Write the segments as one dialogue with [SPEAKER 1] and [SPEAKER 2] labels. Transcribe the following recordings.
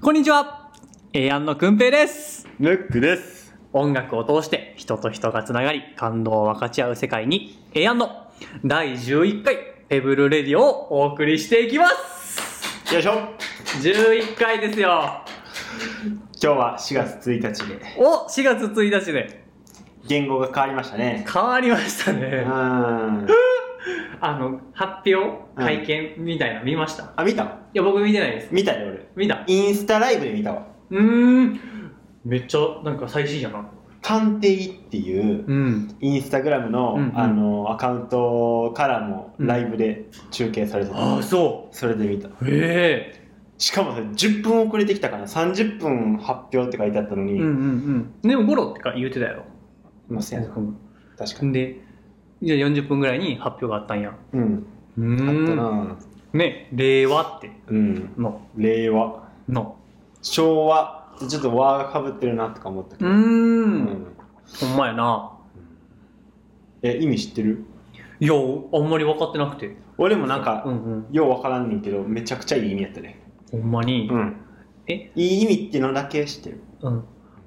[SPEAKER 1] こんにちは。えー、安野くんぺいです。
[SPEAKER 2] ムックです。
[SPEAKER 1] 音楽を通して人と人がつながり、感動を分かち合う世界に、えー、安野、第11回、ペブルレディオをお送りしていきます。
[SPEAKER 2] よいしょ。
[SPEAKER 1] 11回ですよ。
[SPEAKER 2] 今日は4月1日で
[SPEAKER 1] お、4月1日で
[SPEAKER 2] 言語が変わりましたね。
[SPEAKER 1] 変わりました
[SPEAKER 2] うー
[SPEAKER 1] ね。
[SPEAKER 2] ん。
[SPEAKER 1] あの、発表、会見みたいなの見ました、い
[SPEAKER 2] あ見た？
[SPEAKER 1] や、僕見てないです。
[SPEAKER 2] 見たよ
[SPEAKER 1] 見た。
[SPEAKER 2] 俺。インスタライブで見たわ。
[SPEAKER 1] うーん。めっちゃ、なんか最新やな。
[SPEAKER 2] 探偵っていう
[SPEAKER 1] うん。
[SPEAKER 2] インスタグラムの、
[SPEAKER 1] うんうん
[SPEAKER 2] あのアカウントからもライブで中継されてた。
[SPEAKER 1] ああ、そ
[SPEAKER 2] それで見た。
[SPEAKER 1] う。へえ。
[SPEAKER 2] しかもさ10分遅れてきたから30分発表って書いてあったのに、
[SPEAKER 1] うんうんうん。でも、ゴロってか言うてたやろ。
[SPEAKER 2] まあせやな確かに。
[SPEAKER 1] で、じゃあ40分ぐらいに発表があったんや。
[SPEAKER 2] うん。
[SPEAKER 1] う
[SPEAKER 2] あった
[SPEAKER 1] ーん。
[SPEAKER 2] な。
[SPEAKER 1] ね、令和って、
[SPEAKER 2] うん。
[SPEAKER 1] の、
[SPEAKER 2] 令和、
[SPEAKER 1] の。
[SPEAKER 2] 昭和、ちょっと和がかぶってるなとか思ったけ
[SPEAKER 1] う
[SPEAKER 2] ど。
[SPEAKER 1] ー。
[SPEAKER 2] うんん
[SPEAKER 1] ほんまやな。
[SPEAKER 2] え意味知ってる
[SPEAKER 1] いや、あんまり分かってなくて。
[SPEAKER 2] 俺もなんか、
[SPEAKER 1] うんうん。
[SPEAKER 2] ようわからんねんけどめちゃくちゃいい意味やったね
[SPEAKER 1] ほんまに。
[SPEAKER 2] ん
[SPEAKER 1] え
[SPEAKER 2] いい意味っていうのだけ知ってる、
[SPEAKER 1] うん。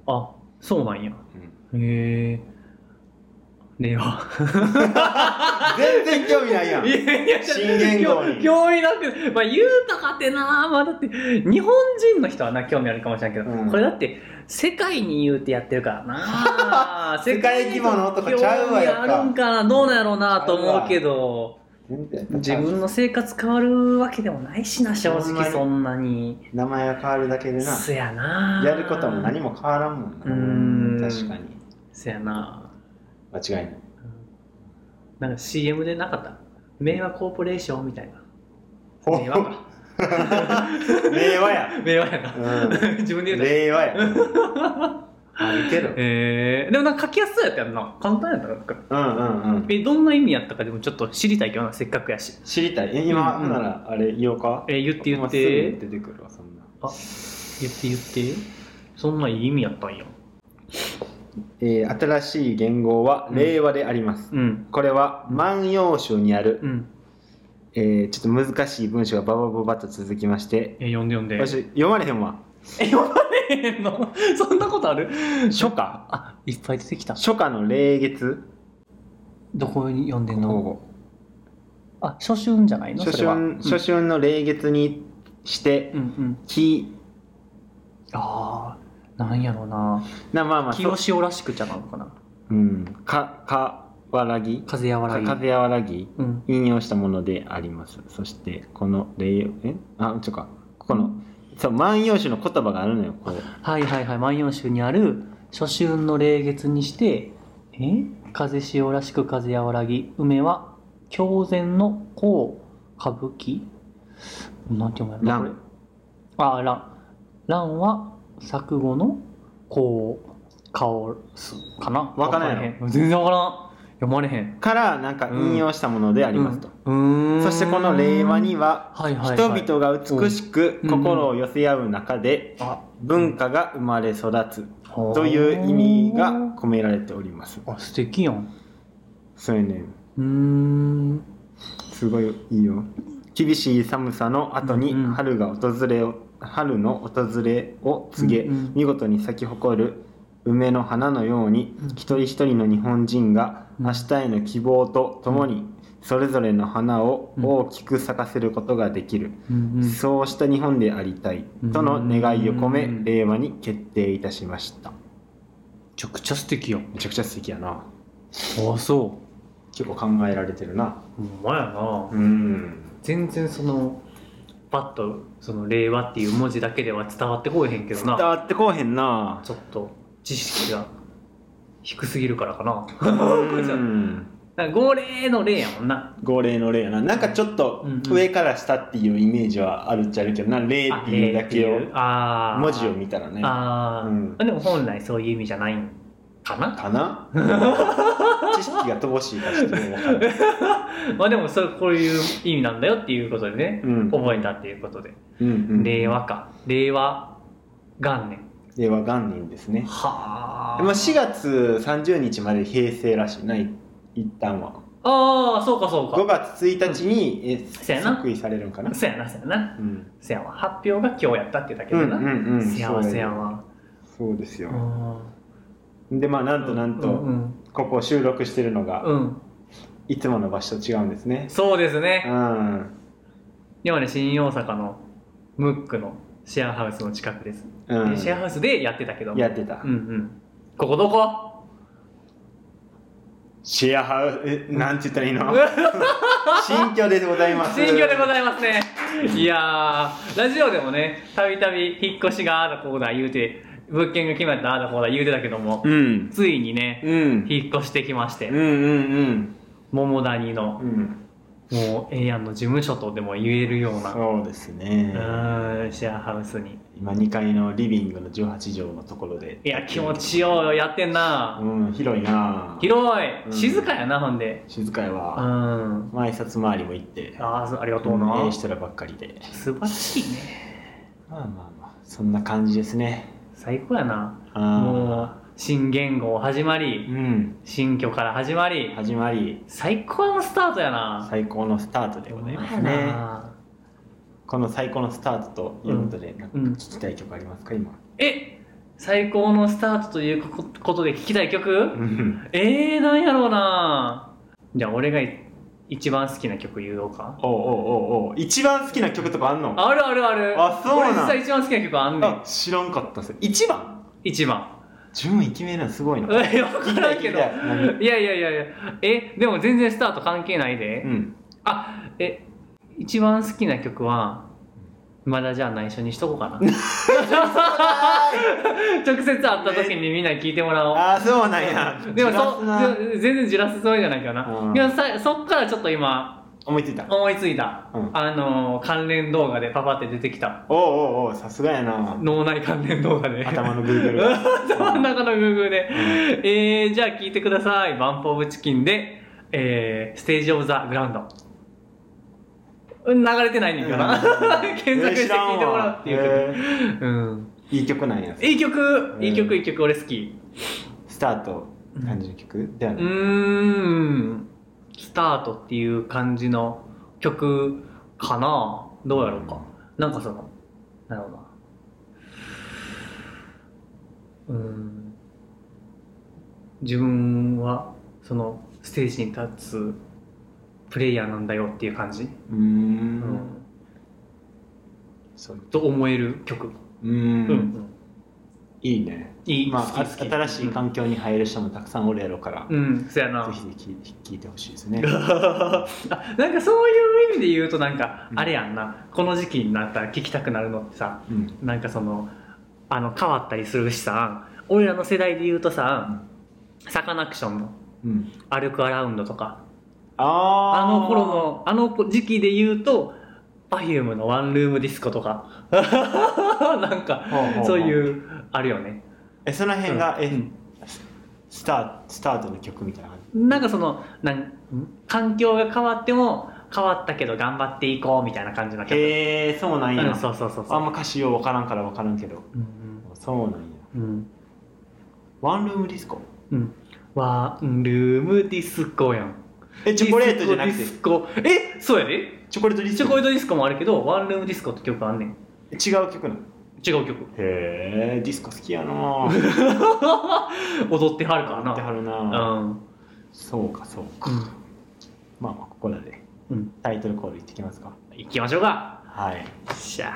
[SPEAKER 1] あ、そうなんや。へえ。令和。
[SPEAKER 2] 全然興味ないやん
[SPEAKER 1] いやいや
[SPEAKER 2] 新言語に
[SPEAKER 1] 興興味なくて、まあ、言うたかてなまあだって日本人の人はな興味あるかもしれんけど、
[SPEAKER 2] うん
[SPEAKER 1] これだって世界に言うてやってるからな
[SPEAKER 2] 世界規模のとかちゃうわやっぱ
[SPEAKER 1] 興味あるんかなどうなんやろうなと思うけど
[SPEAKER 2] 全然
[SPEAKER 1] 自分の生活変わるわけでもないしな正
[SPEAKER 2] ほんま
[SPEAKER 1] 直
[SPEAKER 2] に
[SPEAKER 1] そんなに
[SPEAKER 2] 名前が変わるだけでな
[SPEAKER 1] そやな
[SPEAKER 2] やることも何も変わらんもんな
[SPEAKER 1] うん
[SPEAKER 2] 確かに
[SPEAKER 1] そやな
[SPEAKER 2] 間違いない
[SPEAKER 1] なんか CM でなかった名和コーポレーションみたいな
[SPEAKER 2] ほ
[SPEAKER 1] 名和か
[SPEAKER 2] 令和や、
[SPEAKER 1] 名和やな
[SPEAKER 2] う
[SPEAKER 1] 自分で言
[SPEAKER 2] ん、
[SPEAKER 1] うた
[SPEAKER 2] 令和やあるけど
[SPEAKER 1] えー、でもなんか書きやすそうやったやんな簡単やったなんか
[SPEAKER 2] うんうんうん
[SPEAKER 1] えどんな意味やったかでもちょっと知りたいけどなせっかくやし
[SPEAKER 2] 知りたいえ今、
[SPEAKER 1] うんうん
[SPEAKER 2] ならあれ言おうか
[SPEAKER 1] え言って言
[SPEAKER 2] ま
[SPEAKER 1] っ
[SPEAKER 2] あすぐ
[SPEAKER 1] て
[SPEAKER 2] 出てくるわそんな
[SPEAKER 1] 言って言ってそんないい意味やったんや
[SPEAKER 2] えー新しい言語は令和であります、
[SPEAKER 1] うん
[SPEAKER 2] これは「万葉集」にある、
[SPEAKER 1] うん
[SPEAKER 2] えーちょっと難しい文章がババババッと続きまして、
[SPEAKER 1] え読んで読んで
[SPEAKER 2] 私読まれへんわ
[SPEAKER 1] え読まれへんの そんなことある
[SPEAKER 2] 初夏
[SPEAKER 1] あいっぱい出てきた
[SPEAKER 2] 初夏の霊月
[SPEAKER 1] どこに読んでん
[SPEAKER 2] の
[SPEAKER 1] の
[SPEAKER 2] 午
[SPEAKER 1] あ初春じゃないの
[SPEAKER 2] 後初
[SPEAKER 1] それは
[SPEAKER 2] 春初春の霊月にして
[SPEAKER 1] うんうんうん
[SPEAKER 2] 「き
[SPEAKER 1] ああなんやろうな」
[SPEAKER 2] なまあまあ
[SPEAKER 1] 清
[SPEAKER 2] そ
[SPEAKER 1] 志郎らしくちゃなのかな
[SPEAKER 2] うん「か」か「わらぎ」か
[SPEAKER 1] 風
[SPEAKER 2] 「
[SPEAKER 1] 和らぎ
[SPEAKER 2] 風和らぎ
[SPEAKER 1] うん」
[SPEAKER 2] 引用したものでありますそしてこの霊えあちょかここの、そう「万葉集」の言葉があるのよこう
[SPEAKER 1] はいはいはい「万葉集」にある初春の霊月にして「え風潮らしく風和らぎ梅は狂禅の甲歌舞伎」なんて読むんやろなこ
[SPEAKER 2] 蘭
[SPEAKER 1] れあ蘭蘭は作語のこう顔すかな
[SPEAKER 2] わからんやろ
[SPEAKER 1] わへん全然わからん読まれへん
[SPEAKER 2] からなんか引用したものでありますと、
[SPEAKER 1] うんうーん
[SPEAKER 2] そしてこの令和には
[SPEAKER 1] はいはい、
[SPEAKER 2] 人
[SPEAKER 1] はい、
[SPEAKER 2] 々が美しく
[SPEAKER 1] うん
[SPEAKER 2] 心を寄せ合う中で
[SPEAKER 1] あ
[SPEAKER 2] 文化が生まれ育つ
[SPEAKER 1] ほー
[SPEAKER 2] という意味が込められております
[SPEAKER 1] あ素敵やん
[SPEAKER 2] そういうね
[SPEAKER 1] うーん
[SPEAKER 2] すごいいいよ厳しい寒さの後に
[SPEAKER 1] うんうん
[SPEAKER 2] 春が訪れを春の訪れを告げ、
[SPEAKER 1] うんうん
[SPEAKER 2] 見事に咲き誇る梅の花のように、
[SPEAKER 1] うん
[SPEAKER 2] 一人一人の日本人が
[SPEAKER 1] うん
[SPEAKER 2] 明日への希望とともにそれぞれの花を大きく咲かせることができる、
[SPEAKER 1] うんうん
[SPEAKER 2] そうした日本でありたいとの願いを込め、
[SPEAKER 1] うん
[SPEAKER 2] 令和に決定いたしました
[SPEAKER 1] めちゃくちゃ素敵やん
[SPEAKER 2] めちゃくちゃ素敵やな
[SPEAKER 1] ああそ
[SPEAKER 2] 結構考えられてるな
[SPEAKER 1] うほんまやな
[SPEAKER 2] うん
[SPEAKER 1] 全然そのパッとその令和っていう文字だけでは伝わってこえへんけど
[SPEAKER 2] 伝
[SPEAKER 1] な
[SPEAKER 2] わってこうへんな
[SPEAKER 1] ちょっと知識が低すぎるからかな
[SPEAKER 2] うん
[SPEAKER 1] なんか号令の令やもんな
[SPEAKER 2] 号令の例やななんかちょっと
[SPEAKER 1] うんうん
[SPEAKER 2] 上から下っていうイメージはあるっちゃあるけどな例
[SPEAKER 1] あ
[SPEAKER 2] っていうだけ
[SPEAKER 1] 令っていう
[SPEAKER 2] を
[SPEAKER 1] あー
[SPEAKER 2] 文字を見たらねか
[SPEAKER 1] あー、
[SPEAKER 2] うん
[SPEAKER 1] あでも本来そういう意味じゃないんか な
[SPEAKER 2] な知識が乏しいからちょっともう分からない
[SPEAKER 1] まあでもそれこういう意味なんだよっていうことでね
[SPEAKER 2] うん
[SPEAKER 1] 覚えたっていうことで、
[SPEAKER 2] うんうん
[SPEAKER 1] 令和か令和元年
[SPEAKER 2] 令和元年ですね
[SPEAKER 1] はあ
[SPEAKER 2] まあ4月30日まで平成らしいな一旦は
[SPEAKER 1] ああ、そうかそう
[SPEAKER 2] 5
[SPEAKER 1] か。
[SPEAKER 2] 月1日に、え
[SPEAKER 1] そうやな
[SPEAKER 2] 即位されるんかな、
[SPEAKER 1] そやな、そやな。
[SPEAKER 2] うん、
[SPEAKER 1] そやわ。発表が今日やったって言ったけ
[SPEAKER 2] う
[SPEAKER 1] ど
[SPEAKER 2] んう
[SPEAKER 1] な。
[SPEAKER 2] んうん
[SPEAKER 1] せやわ、
[SPEAKER 2] そう
[SPEAKER 1] せ
[SPEAKER 2] や
[SPEAKER 1] や
[SPEAKER 2] ね
[SPEAKER 1] わ。
[SPEAKER 2] そうですよ、
[SPEAKER 1] うん
[SPEAKER 2] でまあなんとなんと、
[SPEAKER 1] うん
[SPEAKER 2] ここ収録してるのが、
[SPEAKER 1] うんうん。
[SPEAKER 2] いつもの場所と違うんですね
[SPEAKER 1] そうです
[SPEAKER 2] う
[SPEAKER 1] ね。
[SPEAKER 2] ん
[SPEAKER 1] 今ね、新大阪のムックのシェアハウスの近くです。
[SPEAKER 2] う
[SPEAKER 1] で
[SPEAKER 2] ん
[SPEAKER 1] シェアハウスでやってたけど。
[SPEAKER 2] やってた、
[SPEAKER 1] うんうん。ここどこ
[SPEAKER 2] シェアハウスえなんて言ったらいいの
[SPEAKER 1] うわ
[SPEAKER 2] 新居でございます
[SPEAKER 1] 新居でございます ねいやーラジオでもねたびたび引っ越しがああだこうだ言うて物件が決まったああだこうだ言うてたけども、
[SPEAKER 2] うん
[SPEAKER 1] ついにね
[SPEAKER 2] うん
[SPEAKER 1] 引っ越してきまして、
[SPEAKER 2] うんうん
[SPEAKER 1] 桃谷の
[SPEAKER 2] うんうん
[SPEAKER 1] もうええやんの事務所とでも言えるような
[SPEAKER 2] そうです
[SPEAKER 1] う
[SPEAKER 2] ね
[SPEAKER 1] ーんシェアハウスに
[SPEAKER 2] 今2階のリビングの18畳のところで
[SPEAKER 1] いや気持ちようやってんな、
[SPEAKER 2] うん広いな
[SPEAKER 1] 広
[SPEAKER 2] う
[SPEAKER 1] い
[SPEAKER 2] ん
[SPEAKER 1] 静かやなほんで
[SPEAKER 2] 静か
[SPEAKER 1] う
[SPEAKER 2] や
[SPEAKER 1] ん
[SPEAKER 2] わ
[SPEAKER 1] あ
[SPEAKER 2] まあ挨拶回りも行って
[SPEAKER 1] あーありがとうな、
[SPEAKER 2] ええ人らばっかりで
[SPEAKER 1] 素晴らしいね
[SPEAKER 2] まあまあまあそんな感じですね
[SPEAKER 1] 最高やなもう
[SPEAKER 2] あ
[SPEAKER 1] 新言語始まり
[SPEAKER 2] ーうん
[SPEAKER 1] 新居から始まり
[SPEAKER 2] 始まり
[SPEAKER 1] 最高のスタートやな
[SPEAKER 2] 最高のスタートでございます
[SPEAKER 1] ほんまや
[SPEAKER 2] ね
[SPEAKER 1] な
[SPEAKER 2] この最高のスタートということで、なんか
[SPEAKER 1] うん
[SPEAKER 2] 聞きたい曲ありますか今
[SPEAKER 1] え最高のスタートというこことで聞きたい曲、
[SPEAKER 2] うん
[SPEAKER 1] えー、なんやろうなじゃあ俺がい一番好きな曲言おうか
[SPEAKER 2] おうおうおうおう一番好きな曲とかあんの
[SPEAKER 1] あるあるある
[SPEAKER 2] あそうなん
[SPEAKER 1] 俺実は一番好きな曲あんねん
[SPEAKER 2] あ知らんかったっす一番
[SPEAKER 1] 一番
[SPEAKER 2] 順位決めるのすごいな
[SPEAKER 1] うん分からんけど
[SPEAKER 2] 聞きたい聞きたい
[SPEAKER 1] いやいやいやいやえでも全然スタート関係ないで、
[SPEAKER 2] うん
[SPEAKER 1] あえ一番好きな曲はまだじゃあ内緒にしとこう かな直接会った時にみんなに聞いてもらおう
[SPEAKER 2] あーそうなんや
[SPEAKER 1] でも
[SPEAKER 2] じら
[SPEAKER 1] そ
[SPEAKER 2] すな
[SPEAKER 1] ぜ全然じらすつもりじゃないけど
[SPEAKER 2] う
[SPEAKER 1] な。
[SPEAKER 2] ん
[SPEAKER 1] でもさそっからちょっと今
[SPEAKER 2] 思いついた
[SPEAKER 1] 思いついた、
[SPEAKER 2] うん
[SPEAKER 1] あのー関連動画でパパって出てきた
[SPEAKER 2] おうおうおうさすがやな
[SPEAKER 1] 脳内関連動画で
[SPEAKER 2] 頭のグーグル
[SPEAKER 1] 頭の中のグーグルで、えー、じゃあ聞いてください「バンプ・オブ・チキンで」えーステージ・オブ・ザ・グラウンド」うん流れてないねんけどな、検索して聞いてもらうっていう曲、
[SPEAKER 2] う
[SPEAKER 1] うん、
[SPEAKER 2] いい曲なんや
[SPEAKER 1] いい曲
[SPEAKER 2] うん
[SPEAKER 1] いい曲いい曲俺好き
[SPEAKER 2] スタート感じの曲では
[SPEAKER 1] う
[SPEAKER 2] な
[SPEAKER 1] ー
[SPEAKER 2] い
[SPEAKER 1] んスタートっていう感じの曲かなどうやろうか、なんかそのなるほどなうーん自分はそのステージに立つプレイヤーなんだよっていう感じ、
[SPEAKER 2] うー
[SPEAKER 1] うん
[SPEAKER 2] そう
[SPEAKER 1] と思える曲、
[SPEAKER 2] う
[SPEAKER 1] うん
[SPEAKER 2] ん
[SPEAKER 1] うん
[SPEAKER 2] いいね
[SPEAKER 1] いい、
[SPEAKER 2] ま
[SPEAKER 1] 好
[SPEAKER 2] あ、
[SPEAKER 1] き
[SPEAKER 2] あ
[SPEAKER 1] 好き
[SPEAKER 2] 新しい環境に入る人もたくさんおるやろうから、
[SPEAKER 1] うん、うん、そやな
[SPEAKER 2] ぜひぜひ聞いてほしいですね。
[SPEAKER 1] あなんかそういう意味で言うとなんか
[SPEAKER 2] うん
[SPEAKER 1] あれやんな、この時期になったら聴きたくなるのってさ
[SPEAKER 2] うん、
[SPEAKER 1] なんかそのあの変わったりするしさ俺らの世代で言うとさサカナクションの
[SPEAKER 2] うん、
[SPEAKER 1] 「歩くアラウンド」とか
[SPEAKER 2] あ
[SPEAKER 1] あ
[SPEAKER 2] あ
[SPEAKER 1] の頃のあの時期で言うと Perfume の「ワンルームディスコ」とか なんか
[SPEAKER 2] ほうほうほう
[SPEAKER 1] そういうあるよね
[SPEAKER 2] えその辺が、
[SPEAKER 1] う
[SPEAKER 2] え
[SPEAKER 1] ん
[SPEAKER 2] スタスタートの曲みたいな感じ
[SPEAKER 1] なんかそのなんん環境が変わっても変わったけど頑張っていこうみたいな感じの曲
[SPEAKER 2] へえそうなんや、
[SPEAKER 1] うんそうそうそうそう
[SPEAKER 2] あんま歌詞よう分からんから分からんけど
[SPEAKER 1] うん
[SPEAKER 2] そうなんや
[SPEAKER 1] うん
[SPEAKER 2] ワンルームディスコ
[SPEAKER 1] うんワンルームディスコやん
[SPEAKER 2] えチョコレートじゃなくて
[SPEAKER 1] ディスコディスコえそうやで
[SPEAKER 2] チョコレートディス
[SPEAKER 1] チョコ
[SPEAKER 2] コ
[SPEAKER 1] レートディスコもあるけどワンルームディスコって曲あんねん
[SPEAKER 2] 違う曲なの
[SPEAKER 1] 違う曲
[SPEAKER 2] へえディスコ好きやなぁ
[SPEAKER 1] 踊ってはるから
[SPEAKER 2] やっては
[SPEAKER 1] な
[SPEAKER 2] るな
[SPEAKER 1] う
[SPEAKER 2] ぁ
[SPEAKER 1] ん
[SPEAKER 2] そうかそうか、まあまあここらで
[SPEAKER 1] うん
[SPEAKER 2] タイトルコールいってきますか
[SPEAKER 1] 行きましょうか
[SPEAKER 2] はい
[SPEAKER 1] しゃあ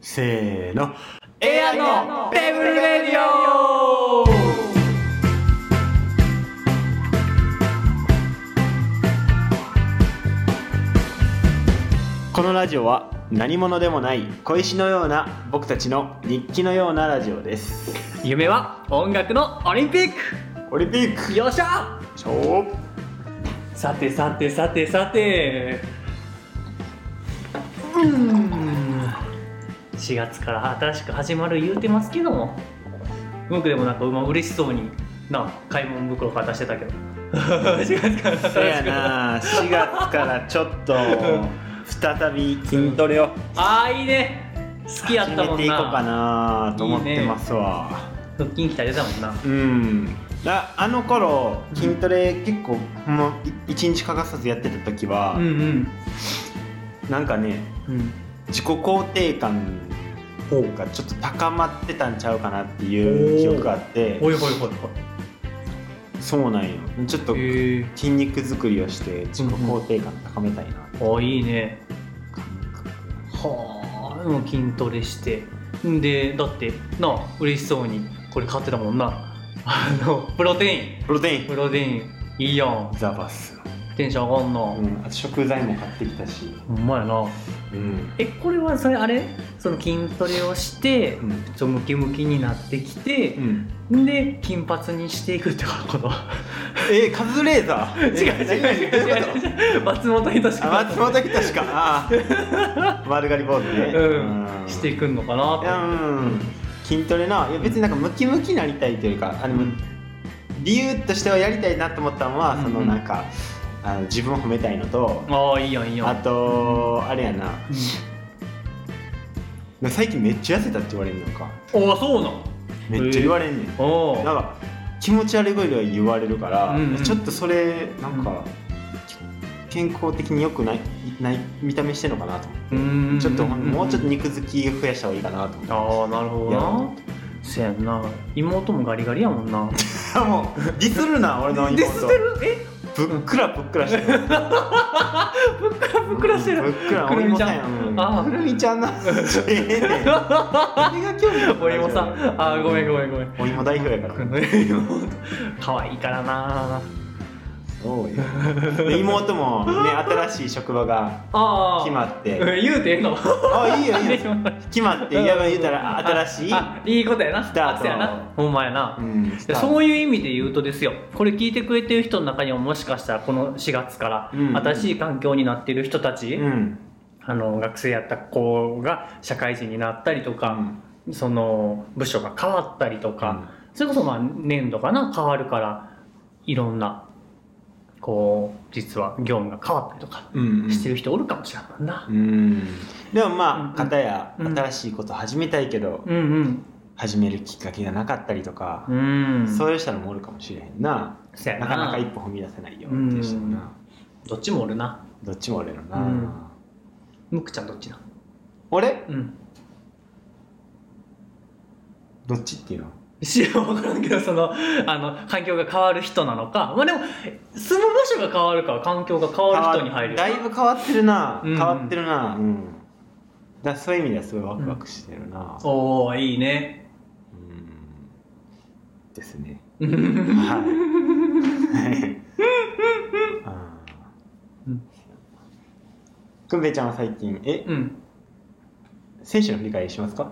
[SPEAKER 2] せーの
[SPEAKER 1] エアのテーブルレディオ
[SPEAKER 2] このラジオは何者でもない小石のような僕たちの日記のようなラジオです
[SPEAKER 1] 夢は音楽のオリンピッ
[SPEAKER 2] オリンピック
[SPEAKER 1] クよっしゃ
[SPEAKER 2] ちょ
[SPEAKER 1] さてさてさてさてうーん4月から新しく始まる言うてますけども僕でもなんかうま嬉しそうにな買い物袋渡してたけ ど4月から新しく
[SPEAKER 2] そやな4月からちょっと再び筋トレを
[SPEAKER 1] ああいいね好きやっ
[SPEAKER 2] 始
[SPEAKER 1] たも
[SPEAKER 2] め
[SPEAKER 1] ん
[SPEAKER 2] ていこう
[SPEAKER 1] な
[SPEAKER 2] かなと思ってますわ
[SPEAKER 1] 腹筋鍛えてたもんな
[SPEAKER 2] うんだあの頃筋トレ結構もう一日欠かさずやってた時は、
[SPEAKER 1] うん
[SPEAKER 2] なんかね
[SPEAKER 1] うんうん
[SPEAKER 2] 自己肯定感
[SPEAKER 1] ほう
[SPEAKER 2] がちょっと高まってたんちゃうかなっていう記憶があって
[SPEAKER 1] ほいほいほい
[SPEAKER 2] そうなんよちょっと
[SPEAKER 1] ほいへえ
[SPEAKER 2] 筋肉作りをして自己肯定感高めたいなって
[SPEAKER 1] あいいね
[SPEAKER 2] 感覚
[SPEAKER 1] はあでも筋トレしてんでだってなあ嬉しそうにこれ買ってたもんなあのプロテイン
[SPEAKER 2] プロテイン
[SPEAKER 1] プロテインいいやん
[SPEAKER 2] ザバス、
[SPEAKER 1] テンション上がんな、
[SPEAKER 2] う
[SPEAKER 1] ほ
[SPEAKER 2] ん、あと食材も買ってきたし、
[SPEAKER 1] んまやな
[SPEAKER 2] うん
[SPEAKER 1] えこれはそれあれその筋トレをして、
[SPEAKER 2] うん
[SPEAKER 1] ちょムキムキになってきて
[SPEAKER 2] う、ん、
[SPEAKER 1] ん、で金髪にしていくってこと
[SPEAKER 2] えー、カズレーザー
[SPEAKER 1] 違う違う違う
[SPEAKER 2] え何どいこと
[SPEAKER 1] 違う松本人志
[SPEAKER 2] あ
[SPEAKER 1] が
[SPEAKER 2] 松本確かあ あ丸刈り坊主ね
[SPEAKER 1] うんしていくんのかない
[SPEAKER 2] や
[SPEAKER 1] と
[SPEAKER 2] うん筋トレないや別になんかムキムキになりたいというかあの理由としてはやりたいなと思ったの
[SPEAKER 1] う
[SPEAKER 2] は、
[SPEAKER 1] んうん
[SPEAKER 2] そのなんかあの自分を褒めたいのと、
[SPEAKER 1] ああいいやんいいやん
[SPEAKER 2] あとあれやな最近めっちゃ痩せたって言われるのか
[SPEAKER 1] うんああそうなん
[SPEAKER 2] めっちゃ言われんねん、
[SPEAKER 1] お
[SPEAKER 2] なん
[SPEAKER 1] ー
[SPEAKER 2] か気持ち悪い声では言われるから、
[SPEAKER 1] うんうん
[SPEAKER 2] ちょっとそれなんか、健康的に良くないない見た目してんのかなと思って、
[SPEAKER 1] うん
[SPEAKER 2] ちょっともうちょっと
[SPEAKER 1] ん
[SPEAKER 2] 肉付き増やした方がいいかなと思って
[SPEAKER 1] ああなるほど
[SPEAKER 2] いや
[SPEAKER 1] なせやんな妹もガリガリやもんな
[SPEAKER 2] あ もうディスるな俺の
[SPEAKER 1] で
[SPEAKER 2] 妹
[SPEAKER 1] 捨てるえ
[SPEAKER 2] ぶっくらぶっくらしてる
[SPEAKER 1] ぷっくらぷっくらして
[SPEAKER 2] ぶ
[SPEAKER 1] る
[SPEAKER 2] っくら
[SPEAKER 1] くるみちゃん
[SPEAKER 2] 俺もさう
[SPEAKER 1] あ
[SPEAKER 2] くる みちゃんなええねん俺が興味ある
[SPEAKER 1] お芋さんあーごめんごめんごめん
[SPEAKER 2] お芋代表やから
[SPEAKER 1] 可愛いからな
[SPEAKER 2] そうよで妹もね新しい職場が
[SPEAKER 1] ああ
[SPEAKER 2] 決まって
[SPEAKER 1] うん言うてええの
[SPEAKER 2] あいいよいいよ
[SPEAKER 1] い
[SPEAKER 2] 決まっていやまあ言うたら新しい
[SPEAKER 1] あいいことやな
[SPEAKER 2] スタート
[SPEAKER 1] そうやなほんまやな、
[SPEAKER 2] うん
[SPEAKER 1] でそういう意味で言うとですよこれ聞いてくれてる人の中にももしかしたらこの4月から
[SPEAKER 2] うん
[SPEAKER 1] 新しい環境になってる人たち、
[SPEAKER 2] うん
[SPEAKER 1] あの学生やった子が社会人になったりとか、その部署が変わったりとか、それこそまあ年度かな変わるからいろんなこう実は業務が変わったりとか
[SPEAKER 2] うんうん
[SPEAKER 1] してる人おるかもしれないもんな
[SPEAKER 2] う、んでも
[SPEAKER 1] うん
[SPEAKER 2] ま
[SPEAKER 1] うん
[SPEAKER 2] あ片や
[SPEAKER 1] うん
[SPEAKER 2] 新しいこと始めたいけど
[SPEAKER 1] うん、うん
[SPEAKER 2] 始めるきっかけがなかったりとか
[SPEAKER 1] うん
[SPEAKER 2] そういう人もおるかもしれへんな
[SPEAKER 1] そや
[SPEAKER 2] な
[SPEAKER 1] な
[SPEAKER 2] かなか一歩踏み出せないよっていう人もな
[SPEAKER 1] どっちもおるな
[SPEAKER 2] どっちも俺のな、
[SPEAKER 1] うんムックちゃんどっちな
[SPEAKER 2] 俺
[SPEAKER 1] うん
[SPEAKER 2] どっちっていうの
[SPEAKER 1] 知らん分からんけどそ のあの環境が変わる人なのかまあでも住む場所が変わるから環境が変わる人に入る
[SPEAKER 2] だいぶ変わってるな、
[SPEAKER 1] うん
[SPEAKER 2] 変わってるなうんだそういう意味ではすごいワクワクしてるな、うん
[SPEAKER 1] おおいいね
[SPEAKER 2] ですね
[SPEAKER 1] うん
[SPEAKER 2] はいあー
[SPEAKER 1] うん
[SPEAKER 2] くんべいちゃんは最近え選手の振り返りしますか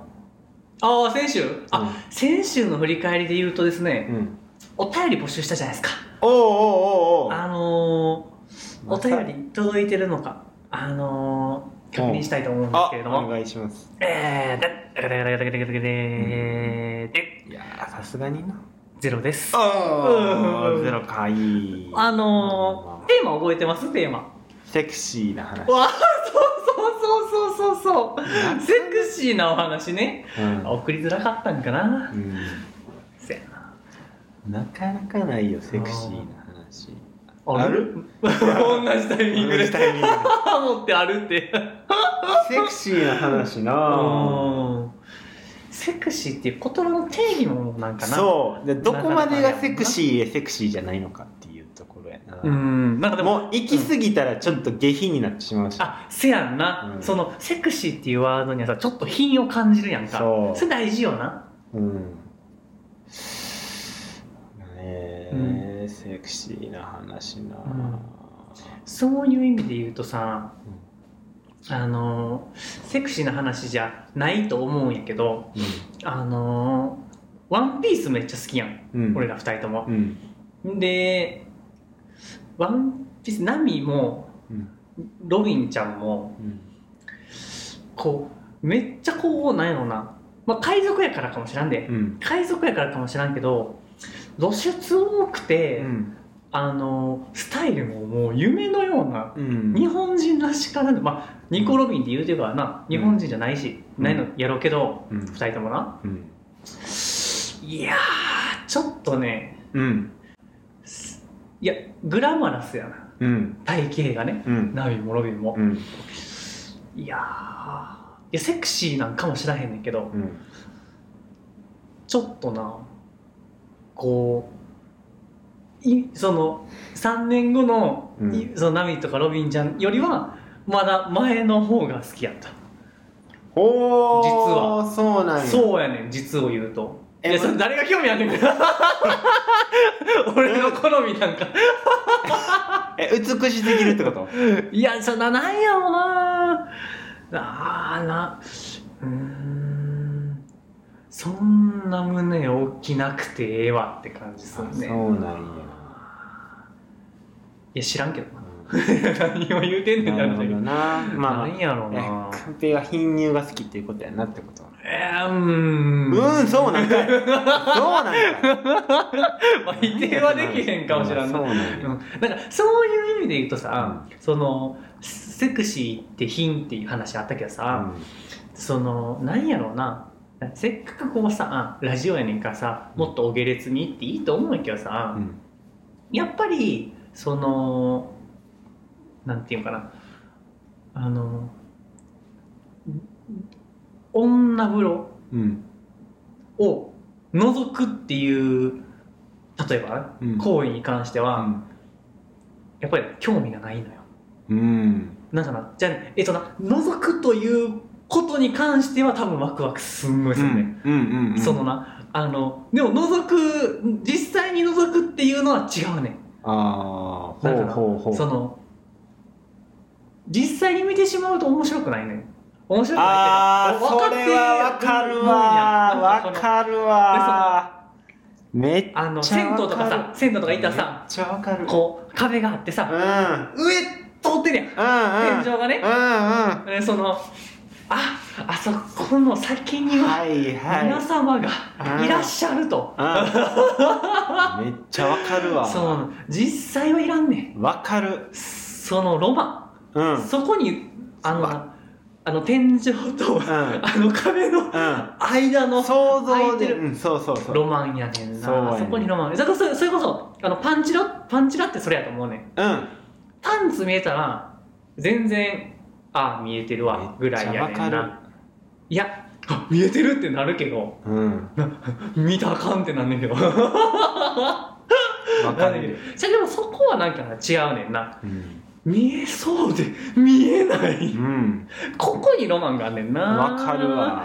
[SPEAKER 1] ああ先週あ、先週の振り返りで言うとですね
[SPEAKER 2] うん、うん
[SPEAKER 1] お便り募集したじゃないですか
[SPEAKER 2] おうおうおうおう
[SPEAKER 1] あのー、お便り届いてるのかあのー、確認したいと思うんです
[SPEAKER 2] あ
[SPEAKER 1] けれど
[SPEAKER 2] お
[SPEAKER 1] も
[SPEAKER 2] 願いします
[SPEAKER 1] えーだだだだだだだだだだで
[SPEAKER 2] いやーさすがにな
[SPEAKER 1] ゼロです
[SPEAKER 2] あ
[SPEAKER 1] うん
[SPEAKER 2] ゼロかいい
[SPEAKER 1] あのー、テーマ覚えてますテーマ
[SPEAKER 2] セクシーな話
[SPEAKER 1] わあそうそうそうそうそうそうセクシーなお話ね
[SPEAKER 2] うん
[SPEAKER 1] 送りづらかったんかな
[SPEAKER 2] う、
[SPEAKER 1] せやなん
[SPEAKER 2] なかなかないよセクシーな話
[SPEAKER 1] あ
[SPEAKER 2] あ
[SPEAKER 1] る
[SPEAKER 2] る
[SPEAKER 1] 同じタイミングで
[SPEAKER 2] 同じタイミングで
[SPEAKER 1] あ持ってあるって
[SPEAKER 2] セクシーな話な
[SPEAKER 1] うんセクシーっていう言葉の定義もなんかな
[SPEAKER 2] そうでどこまでがセクシーでセクシーじゃないのかっていうところやな、
[SPEAKER 1] うんなんかでも
[SPEAKER 2] もう行き過ぎたらちょっと下品になってしまうし、
[SPEAKER 1] あせやんな、
[SPEAKER 2] うん
[SPEAKER 1] そのセクシーっていうワードにはさちょっと品を感じるやんか
[SPEAKER 2] そう
[SPEAKER 1] れ大事よな
[SPEAKER 2] うんねえ、セクシーな話な、
[SPEAKER 1] んそういう意味で言うとさあのーセクシーな話じゃないと思うんやけどあのーワンピースめっちゃ好きやん
[SPEAKER 2] うんうん
[SPEAKER 1] 俺ら二人とも
[SPEAKER 2] う、ん
[SPEAKER 1] でワンピースナミも
[SPEAKER 2] うん
[SPEAKER 1] ロビンちゃんも
[SPEAKER 2] うん
[SPEAKER 1] こうめっちゃこうなんやろな、まあ、海賊やからかもしらんで、
[SPEAKER 2] うん
[SPEAKER 1] 海賊やからかもしらんけど露出多くて、
[SPEAKER 2] うん
[SPEAKER 1] あのスタイルももう夢のような
[SPEAKER 2] うん
[SPEAKER 1] 日本人らしからぬまあニコ・ロビンって言うてるからな日本人じゃないし、
[SPEAKER 2] うん
[SPEAKER 1] ないのやろうけど
[SPEAKER 2] うん
[SPEAKER 1] 2人ともな
[SPEAKER 2] うん
[SPEAKER 1] いやーちょっとね
[SPEAKER 2] うん
[SPEAKER 1] いやグラマラスやな
[SPEAKER 2] うん
[SPEAKER 1] 体型がね
[SPEAKER 2] うん
[SPEAKER 1] ナビもロビンも
[SPEAKER 2] う、ん
[SPEAKER 1] いやーいやセクシーなんかもしらへんねんけど、
[SPEAKER 2] うん
[SPEAKER 1] ちょっとなこういその3年後の,い、
[SPEAKER 2] うん
[SPEAKER 1] そのナミとかロビンちゃんよりはまだ前の方が好きやった、
[SPEAKER 2] ほー
[SPEAKER 1] 実は
[SPEAKER 2] そうなんや
[SPEAKER 1] そうやねん実を言うとい
[SPEAKER 2] え
[SPEAKER 1] やそれ誰が興味あんねん 俺の好みなんか
[SPEAKER 2] え美しすぎるってこと
[SPEAKER 1] いやそんななんやろうなあーなうーんそんな胸大きなくてええわって感じするね
[SPEAKER 2] そうなんや
[SPEAKER 1] いや知らんけどな
[SPEAKER 2] う
[SPEAKER 1] 何を言うてん
[SPEAKER 2] ん
[SPEAKER 1] ねんって
[SPEAKER 2] なる
[SPEAKER 1] 話
[SPEAKER 2] ほ
[SPEAKER 1] だけ
[SPEAKER 2] ど
[SPEAKER 1] ど
[SPEAKER 2] なまあ
[SPEAKER 1] 何やろう
[SPEAKER 2] え
[SPEAKER 1] な
[SPEAKER 2] カンペが貧乳が好きっていうことやなってこと
[SPEAKER 1] えー、うーん
[SPEAKER 2] うんそうなんかいそうなんかい
[SPEAKER 1] まあ否定はできへんかもしれん
[SPEAKER 2] そ
[SPEAKER 1] な
[SPEAKER 2] うなんや
[SPEAKER 1] うんなんかそういう意味で言うとさ、そのセクシーって品っていう話あったけどさ、そのなんやろうなせっかくこうさラジオやねんからさもっとお下劣にっていいと思うんやけどさ、
[SPEAKER 2] うんうん
[SPEAKER 1] やっぱりそのなんていうんかなあの女風呂
[SPEAKER 2] うん
[SPEAKER 1] を覗くっていう例えば
[SPEAKER 2] うん
[SPEAKER 1] 行為に関しては、やっぱり興味がないのよ。
[SPEAKER 2] うん
[SPEAKER 1] なんかなじゃあねえっとな覗くということに関しては多分ワクワクすんごいするね。
[SPEAKER 2] うんうんうん
[SPEAKER 1] そのな、あの、でも覗く、実際に覗くっていうのは違うねん。
[SPEAKER 2] ああほ
[SPEAKER 1] だか
[SPEAKER 2] う
[SPEAKER 1] ら
[SPEAKER 2] ほうほう
[SPEAKER 1] その、実際に見てしまうと面白くないねん。面白くないってい
[SPEAKER 2] ああ
[SPEAKER 1] うか
[SPEAKER 2] それはわかるわわ
[SPEAKER 1] る。
[SPEAKER 2] かるわめっちゃ
[SPEAKER 1] あの、銭湯とかさ、銭湯とか行ったら
[SPEAKER 2] め
[SPEAKER 1] さ
[SPEAKER 2] っ、ちゃわかる
[SPEAKER 1] こう、壁があって
[SPEAKER 2] うんう
[SPEAKER 1] さ、
[SPEAKER 2] ん
[SPEAKER 1] 上通ってるやん。
[SPEAKER 2] うん
[SPEAKER 1] 天井がね。
[SPEAKER 2] うん
[SPEAKER 1] でその、あ、あそこの先に
[SPEAKER 2] うん
[SPEAKER 1] は
[SPEAKER 2] はいはい
[SPEAKER 1] 皆様がいらっしゃると。
[SPEAKER 2] うんめっちゃわかるわ
[SPEAKER 1] そう、実際はいらんねん。
[SPEAKER 2] わかる
[SPEAKER 1] そのロマン。
[SPEAKER 2] うんうん
[SPEAKER 1] そこにあの
[SPEAKER 2] ま
[SPEAKER 1] あの天井とあの壁の
[SPEAKER 2] う
[SPEAKER 1] 間の
[SPEAKER 2] ん想像
[SPEAKER 1] 空いて
[SPEAKER 2] で
[SPEAKER 1] る
[SPEAKER 2] うんそうそうそう
[SPEAKER 1] ロマンやねんな
[SPEAKER 2] そうやねん
[SPEAKER 1] そこにロマンそれこそそれこそあのパンチラパンチラってそれやと思うねん
[SPEAKER 2] うん
[SPEAKER 1] パンツ見えたら全然ああ見えてるわぐらいやね
[SPEAKER 2] めっ
[SPEAKER 1] ん
[SPEAKER 2] ちゃわ
[SPEAKER 1] ないやあ見えてるってなるけど
[SPEAKER 2] うん
[SPEAKER 1] 見たらあかんってなんねん けど
[SPEAKER 2] わ
[SPEAKER 1] な
[SPEAKER 2] か
[SPEAKER 1] んねんけど
[SPEAKER 2] る
[SPEAKER 1] じゃあでもそこはなんか違うねんな
[SPEAKER 2] うん
[SPEAKER 1] 見えそうで見えな
[SPEAKER 2] う
[SPEAKER 1] い
[SPEAKER 2] ん
[SPEAKER 1] ここにロマンがあんねんな
[SPEAKER 2] わかるわ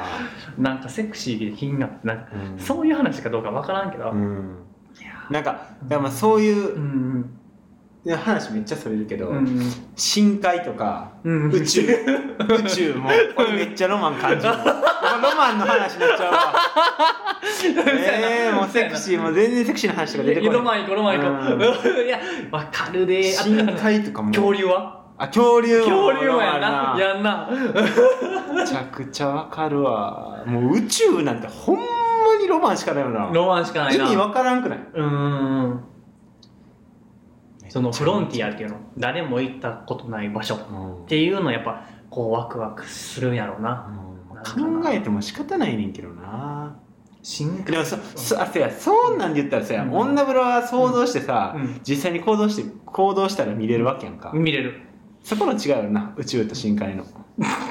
[SPEAKER 1] なんかセクシーで気になってなんか
[SPEAKER 2] うん
[SPEAKER 1] そういう話かどうかわからんけど、
[SPEAKER 2] うん
[SPEAKER 1] いや
[SPEAKER 2] なんかだからまあそういううん話めっちゃそれるけど
[SPEAKER 1] うん
[SPEAKER 2] 深海とか
[SPEAKER 1] うんうん
[SPEAKER 2] 宇宙宇宙もこれめっちゃロマン感じるもうロマンの話になっちゃうわえー、もうセ クシーもう全然セクシーな話とか出て
[SPEAKER 1] いや
[SPEAKER 2] こ
[SPEAKER 1] ロ
[SPEAKER 2] ない
[SPEAKER 1] マン行こうロマン行こういやわかるであ
[SPEAKER 2] 深海とかも
[SPEAKER 1] 恐竜は
[SPEAKER 2] あ恐竜も
[SPEAKER 1] 恐竜はや
[SPEAKER 2] ロマン
[SPEAKER 1] な
[SPEAKER 2] ある
[SPEAKER 1] やんな
[SPEAKER 2] めちゃくちゃわかるわもう宇宙なんてほんまにロマンしかないよな
[SPEAKER 1] ロマンしかない
[SPEAKER 2] 意
[SPEAKER 1] な
[SPEAKER 2] 味わからんくないう
[SPEAKER 1] ーんそのフロンティアっていうの誰も行ったことない場所っ
[SPEAKER 2] うん
[SPEAKER 1] ていうのやっぱこうワクワクするんやろうな
[SPEAKER 2] うん考えても仕方ないねんけどな
[SPEAKER 1] 深
[SPEAKER 2] で
[SPEAKER 1] 海
[SPEAKER 2] もそそあそうやそうなんで言ったらさ、
[SPEAKER 1] うん
[SPEAKER 2] 女風呂は想像してさ、
[SPEAKER 1] うん
[SPEAKER 2] 実際に行動して行動したら見れるわけやんか、
[SPEAKER 1] 見れる
[SPEAKER 2] そこの違いよな宇宙と深海 の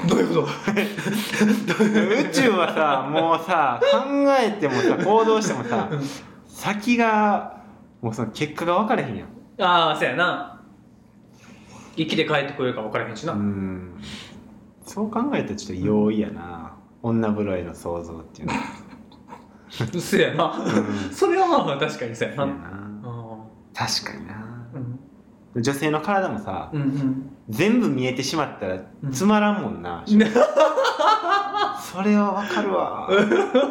[SPEAKER 1] どういうこと
[SPEAKER 2] 宇宙はさもうさ考えてもさ行動してもさ
[SPEAKER 1] うん
[SPEAKER 2] 先がもうその結果が分かれへんやん
[SPEAKER 1] ああそうやな生きて帰ってこようか分からへんし な、
[SPEAKER 2] うんそう考えたらちょっと容易やな、女風呂への想像っていうのは、
[SPEAKER 1] そうやな
[SPEAKER 2] うん
[SPEAKER 1] それはまあ確かにそうやな、
[SPEAKER 2] そううん やな確かにな
[SPEAKER 1] うん
[SPEAKER 2] 女性の体もさ、
[SPEAKER 1] うん
[SPEAKER 2] 全部見えてしまったら
[SPEAKER 1] うん
[SPEAKER 2] つまらんもん な、
[SPEAKER 1] ね
[SPEAKER 2] それはわかるわ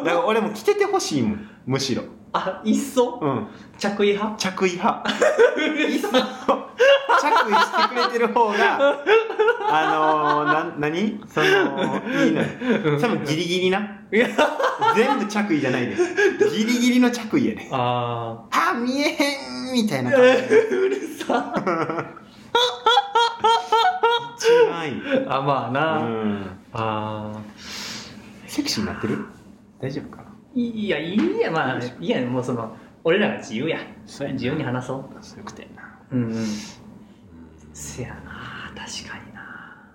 [SPEAKER 2] だから俺も着ててほしいもんむしろ、
[SPEAKER 1] あいっそ
[SPEAKER 2] うん、
[SPEAKER 1] 着衣派
[SPEAKER 2] 着衣派着衣してくれてる方 があのー、な何そのいいのよ多分ギリギリない
[SPEAKER 1] や
[SPEAKER 2] 全部着衣じゃないでギリギリの着衣やね
[SPEAKER 1] あ
[SPEAKER 2] あ見えへんみたいな
[SPEAKER 1] あ
[SPEAKER 2] 感じ
[SPEAKER 1] うるさ
[SPEAKER 2] 一番いい、
[SPEAKER 1] あまあな、
[SPEAKER 2] うん、
[SPEAKER 1] あ
[SPEAKER 2] セクシーになってる大丈夫かない
[SPEAKER 1] いやいいやまあいいやもうその俺らが自由や
[SPEAKER 2] そうやな
[SPEAKER 1] 自由に話そう
[SPEAKER 2] そういうことやな
[SPEAKER 1] うんうんせやな確かにな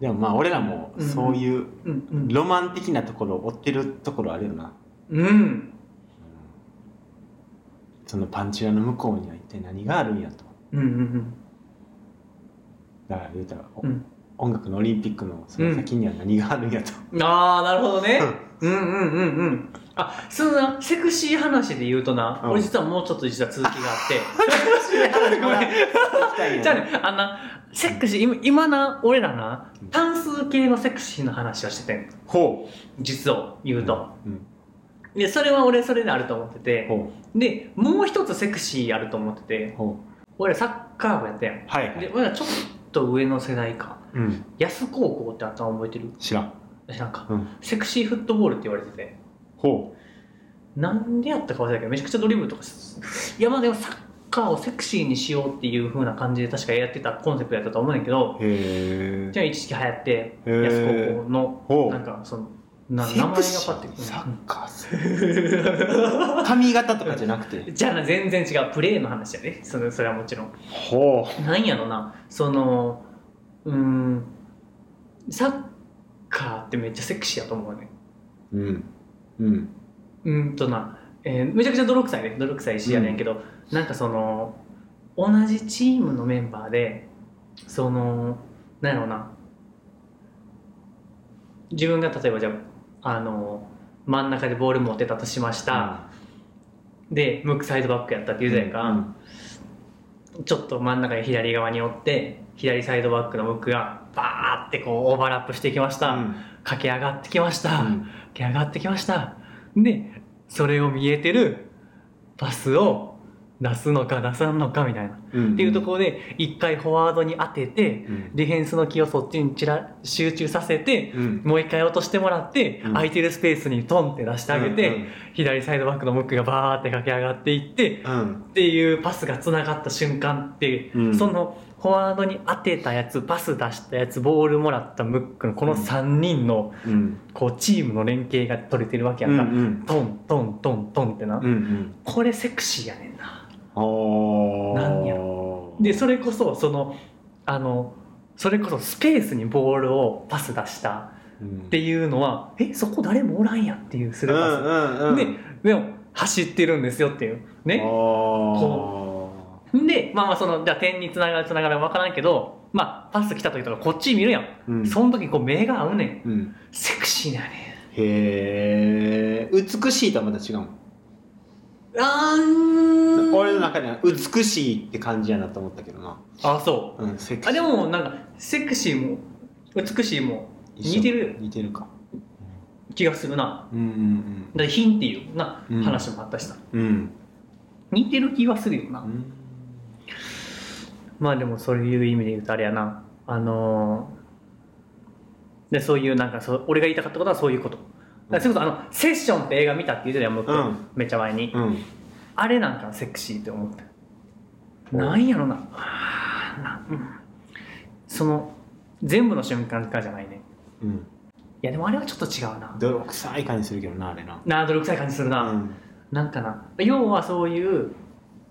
[SPEAKER 2] でもまあ俺らも
[SPEAKER 1] うん
[SPEAKER 2] そういう
[SPEAKER 1] うんうん
[SPEAKER 2] ロマン的なところを追ってるところあるよな、
[SPEAKER 1] うん
[SPEAKER 2] そのパンチラの向こうには一体何があるんやと
[SPEAKER 1] うんうん
[SPEAKER 2] だから言うたら、お
[SPEAKER 1] うん
[SPEAKER 2] 音楽のオリンピックのその先には何があるんやと、
[SPEAKER 1] うんああなるほどねうんうんうんうんあそのなセクシー話で言うとな、
[SPEAKER 2] うん
[SPEAKER 1] 俺実はもうちょっと実は続きがあ って
[SPEAKER 2] 話
[SPEAKER 1] ごめん
[SPEAKER 2] 行きたいん や
[SPEAKER 1] じゃあね、あんな、セックシー、今今な、俺らな
[SPEAKER 2] うん、
[SPEAKER 1] 単数系のセクシーの話をしててん。
[SPEAKER 2] ほ
[SPEAKER 1] 実を
[SPEAKER 2] う
[SPEAKER 1] 言うと。、
[SPEAKER 2] うん
[SPEAKER 1] で、それは俺それであると思ってて、
[SPEAKER 2] ほ
[SPEAKER 1] で、もう一つセクシーあると思ってて
[SPEAKER 2] う、ほ
[SPEAKER 1] 俺らサッカー部やったやん。
[SPEAKER 2] うはいはい
[SPEAKER 1] で、俺らちょっと上の世代か。
[SPEAKER 2] うん
[SPEAKER 1] 安高校ってあったの覚えてる
[SPEAKER 2] 知らん
[SPEAKER 1] 私なんか、
[SPEAKER 2] うん
[SPEAKER 1] セクシーフットボールって言われてて。
[SPEAKER 2] ほ
[SPEAKER 1] なんでやったか忘れたけど、めちゃくちゃドリブルとかすいや、まあでもサッカーをセクシーにしようっていう風な感じで確かやってたコンセプトやったと思うんやけど、
[SPEAKER 2] うへえ
[SPEAKER 1] じゃあ一時期流行って、
[SPEAKER 2] へー
[SPEAKER 1] 安高校の
[SPEAKER 2] ほう
[SPEAKER 1] なんかそのな
[SPEAKER 2] セ
[SPEAKER 1] 名前がパ
[SPEAKER 2] クシー
[SPEAKER 1] ッてくる
[SPEAKER 2] サッカー髪型とかじゃなくて
[SPEAKER 1] じゃあな全然違うプレーの話やねそのそれはもちろん
[SPEAKER 2] ほ
[SPEAKER 1] なんやろなそのうーんサッカーってめっちゃセクシーやと思うね
[SPEAKER 2] ううんうん
[SPEAKER 1] うーんとな、えーめちゃくちゃ泥臭いね泥臭いしやねんけど、なんかその同じチームのメンバーでそのなんやろな自分が例えばじゃああの真ん中でボール持ってたとしました、で向くサイドバックやったっていうじゃないか、
[SPEAKER 2] うん
[SPEAKER 1] ちょっと真ん中に左側におって左サイドバックの向くがバーってこうオーバーラップしてきました、
[SPEAKER 2] うん
[SPEAKER 1] 駆け上がってきました、
[SPEAKER 2] うん
[SPEAKER 1] 駆け上がってきましたでそれを見えてるパスを出すのか出さんのかみたいな、
[SPEAKER 2] うん
[SPEAKER 1] っていうところで一回フォワードに当てて
[SPEAKER 2] うん
[SPEAKER 1] ディフェンスの気をそっちにちら集中させて
[SPEAKER 2] うん
[SPEAKER 1] もう一回落としてもらって、
[SPEAKER 2] うん
[SPEAKER 1] 空いてるスペースにトンって出してあげて、左サイドバックのムックがバーって駆け上がっていって
[SPEAKER 2] うんうん
[SPEAKER 1] っていうパスがつながった瞬間って、
[SPEAKER 2] うん
[SPEAKER 1] そのフォワードに当てたやつパス出したやつボールもらったムックのこの3人の
[SPEAKER 2] うん
[SPEAKER 1] こうチームの連携が取れてるわけやんか、
[SPEAKER 2] うん
[SPEAKER 1] トントントントンってな、
[SPEAKER 2] うんうん
[SPEAKER 1] これセクシーやねんな
[SPEAKER 2] お
[SPEAKER 1] なんやでそれこそそのあのそれこそスペースにボールをパス出した
[SPEAKER 2] っ
[SPEAKER 1] っていうのはえそこ誰もおらんやっていうス
[SPEAKER 2] す
[SPEAKER 1] ル
[SPEAKER 2] る
[SPEAKER 1] ー
[SPEAKER 2] ん
[SPEAKER 1] パス、
[SPEAKER 2] うんうん
[SPEAKER 1] ででも走ってるんですよっていうね
[SPEAKER 2] こ
[SPEAKER 1] で、まあまあその、じゃあ点につながるつながるわからんけど、まあパス来た時とかこっち見るやん。
[SPEAKER 2] う、うん、
[SPEAKER 1] その時こう目が合うねん。
[SPEAKER 2] うん、
[SPEAKER 1] セクシーだね。
[SPEAKER 2] へえ美しいとはまた違うもん
[SPEAKER 1] あーん。
[SPEAKER 2] 俺の中では美しいって感じやなと思ったけどな、
[SPEAKER 1] あ、そ
[SPEAKER 2] うん、セク
[SPEAKER 1] う。
[SPEAKER 2] シー
[SPEAKER 1] あ、でもなんか、セクシーも、美しいも
[SPEAKER 2] 一緒
[SPEAKER 1] 似てる
[SPEAKER 2] 似てるか
[SPEAKER 1] 気がするな。
[SPEAKER 2] うんうん
[SPEAKER 1] だって品っていうな、
[SPEAKER 2] うん
[SPEAKER 1] 話もあったしさ。
[SPEAKER 2] うんうん
[SPEAKER 1] 似てる気はするよな。
[SPEAKER 2] うん
[SPEAKER 1] まあでもそういう意味で言うとあれやな。あのー、で、そういうなんかそう、俺が言いたかったことはそういうこと。だからそれこそあの、セッションって映画見たって言うじゃん、もう、
[SPEAKER 2] うん
[SPEAKER 1] めっちゃ前に。
[SPEAKER 2] うん
[SPEAKER 1] あれなんかセクシーって思った
[SPEAKER 2] うん
[SPEAKER 1] なんやろなあーなうんその全部の瞬間からじゃないね
[SPEAKER 2] うん
[SPEAKER 1] いやでもあれはちょっと違うな
[SPEAKER 2] 泥臭い感じするけどなあれな
[SPEAKER 1] なあ泥臭い感じするな、
[SPEAKER 2] うん
[SPEAKER 1] なんかな要はそういう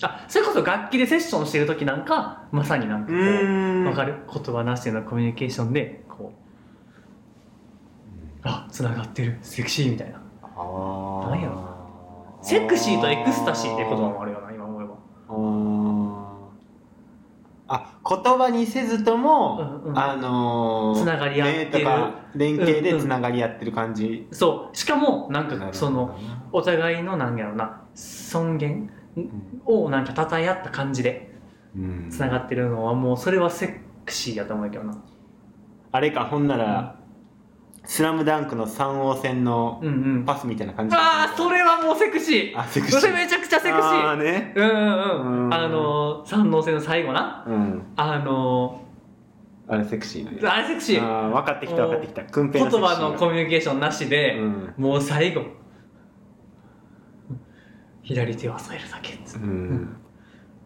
[SPEAKER 1] あそれこそ楽器でセッションしてる時なんかまさになんかこう分か
[SPEAKER 2] る
[SPEAKER 1] る言葉なしでのコミュニケーションでこうあ繋がってるセクシーみたいな
[SPEAKER 2] ああ
[SPEAKER 1] なんやろセクシーとエクスタシーって言葉もあるよな今思えば
[SPEAKER 2] あ言葉にせずとも、
[SPEAKER 1] うんうん
[SPEAKER 2] あのー、
[SPEAKER 1] つながり合ってる
[SPEAKER 2] 目とか連携でつながり合ってる感じ、
[SPEAKER 1] そうしかもなんかその
[SPEAKER 2] なるほ
[SPEAKER 1] お互いのなんやろな尊厳
[SPEAKER 2] どな
[SPEAKER 1] をなんか称え合った感じで
[SPEAKER 2] うん
[SPEAKER 1] つながってるのはもうそれはセクシーやと思うけどな
[SPEAKER 2] あれかほんなら「スラムダンクの三王戦の
[SPEAKER 1] うんうん
[SPEAKER 2] パスみたいな感じ
[SPEAKER 1] ああそれはもうセクシー
[SPEAKER 2] あセクシー
[SPEAKER 1] それめちゃくちゃセクシ
[SPEAKER 2] あ
[SPEAKER 1] ー
[SPEAKER 2] あね
[SPEAKER 1] うんうんう
[SPEAKER 2] うん
[SPEAKER 1] んあのー三能戦の最後な
[SPEAKER 2] うん
[SPEAKER 1] あの
[SPEAKER 2] あれセクシー
[SPEAKER 1] ー
[SPEAKER 2] ね
[SPEAKER 1] あれセクシー
[SPEAKER 2] あー分かってきた分かってきた訓
[SPEAKER 1] 言
[SPEAKER 2] 平
[SPEAKER 1] 葉のコ
[SPEAKER 2] ミ
[SPEAKER 1] ミュニケーションなしで、
[SPEAKER 2] うん
[SPEAKER 1] もう最後左手を添えるだけっつって
[SPEAKER 2] うん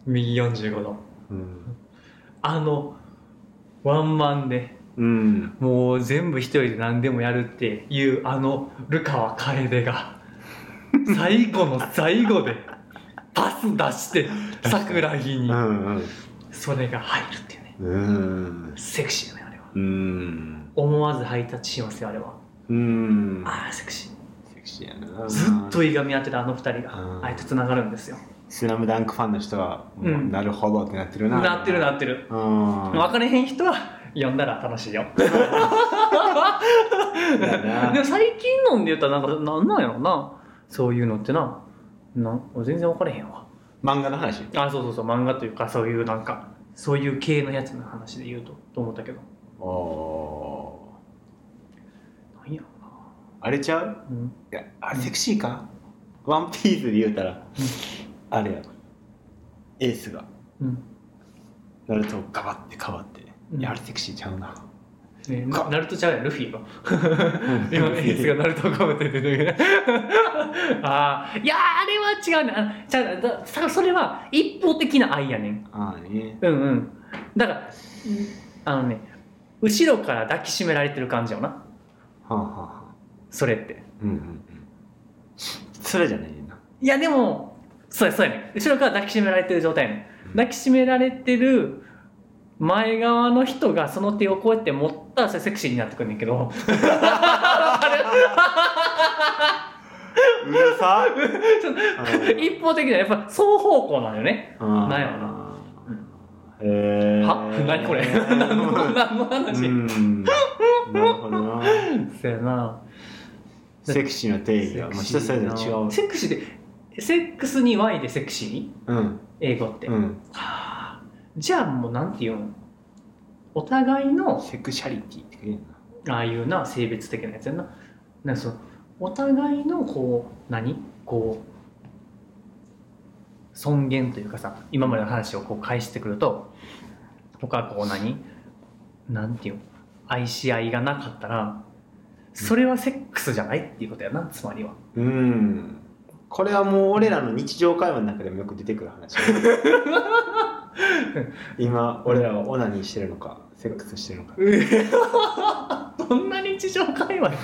[SPEAKER 1] 右45度
[SPEAKER 2] うん
[SPEAKER 1] あのワンマンで
[SPEAKER 2] うん
[SPEAKER 1] もう全部一人で何でもやる っていうあのルカワ楓が最後の最後で出して桜木に
[SPEAKER 2] うん
[SPEAKER 1] それが入るっていうね
[SPEAKER 2] うん
[SPEAKER 1] セクシーだねあれは
[SPEAKER 2] うん
[SPEAKER 1] 思わずハイタッチしますよあれは
[SPEAKER 2] うん
[SPEAKER 1] ああセクシ
[SPEAKER 2] セクシーや
[SPEAKER 1] ー
[SPEAKER 2] な
[SPEAKER 1] ずっといがみ合ってたあの二人
[SPEAKER 2] う
[SPEAKER 1] が
[SPEAKER 2] ん
[SPEAKER 1] あえてつながるんですよ
[SPEAKER 2] スラムダンクファンの人は、もう
[SPEAKER 1] うん
[SPEAKER 2] なるほどってなってるな
[SPEAKER 1] なってるなってる
[SPEAKER 2] うん
[SPEAKER 1] 分かれへん人は読んだら楽しいよ
[SPEAKER 2] だな
[SPEAKER 1] でも最近のんで言ったらなんかなんなんやろなそういうのってななん全然分かれへんわ
[SPEAKER 2] 漫画の話
[SPEAKER 1] あそうそうそう漫画というかそういうなんかそういう系のやつの話で言うとと思ったけど
[SPEAKER 2] おお
[SPEAKER 1] なんやろ
[SPEAKER 2] ーあれちゃう
[SPEAKER 1] な、うん、
[SPEAKER 2] いやあれセクシーか、ワンピースで言うたら、あれやエースが
[SPEAKER 1] うん
[SPEAKER 2] ナルトをガバってかばって、
[SPEAKER 1] うん
[SPEAKER 2] いやあれセクシーちゃうな
[SPEAKER 1] ね、
[SPEAKER 2] か
[SPEAKER 1] ナルトちゃうやんルフィが今エースがナルトをかぶって出てくる ああいやーあれは違うねあちゃうださそれは一方的な愛やねん
[SPEAKER 2] ああね
[SPEAKER 1] うんうんだからあのね後ろから抱きしめられてる感じよな
[SPEAKER 2] はあはあはあ
[SPEAKER 1] それって
[SPEAKER 2] うんうんうんそれじゃないねんない
[SPEAKER 1] やでもそうやそうやね後ろから抱きしめられてる状態やね
[SPEAKER 2] うん
[SPEAKER 1] 抱きしめられてる前側の人がその手をこうやって持ったらそれセクシーになってくるんだけど
[SPEAKER 2] うる さ
[SPEAKER 1] ちょっと一方的にはやっぱ双方向なのよね、な
[SPEAKER 2] ない
[SPEAKER 1] よ
[SPEAKER 2] な
[SPEAKER 1] うん
[SPEAKER 2] へえ
[SPEAKER 1] は何 これ何の何の話、
[SPEAKER 2] うんなるほどな
[SPEAKER 1] そうやな
[SPEAKER 2] セクシーの定義はもう人それぞれ違う
[SPEAKER 1] セクシーでセックスに Y でセクシー
[SPEAKER 2] うん
[SPEAKER 1] 英語って、
[SPEAKER 2] うん
[SPEAKER 1] はあじゃあもうなんていうのお互いの
[SPEAKER 2] セクシャリティって言う
[SPEAKER 1] ああいうな性別的なやつやななんかそのお互いのこう何こう尊厳というかさ今までの話をこう返してくるととかこう何なんていうの愛し合いがなかったらそれはセックスじゃないっていうことやなつまりは
[SPEAKER 2] のうんこれはもう俺らの日常会話の中でもよく出てく る話今俺らはオナニーしてるのかセックスしてるのか
[SPEAKER 1] どんな日常会話や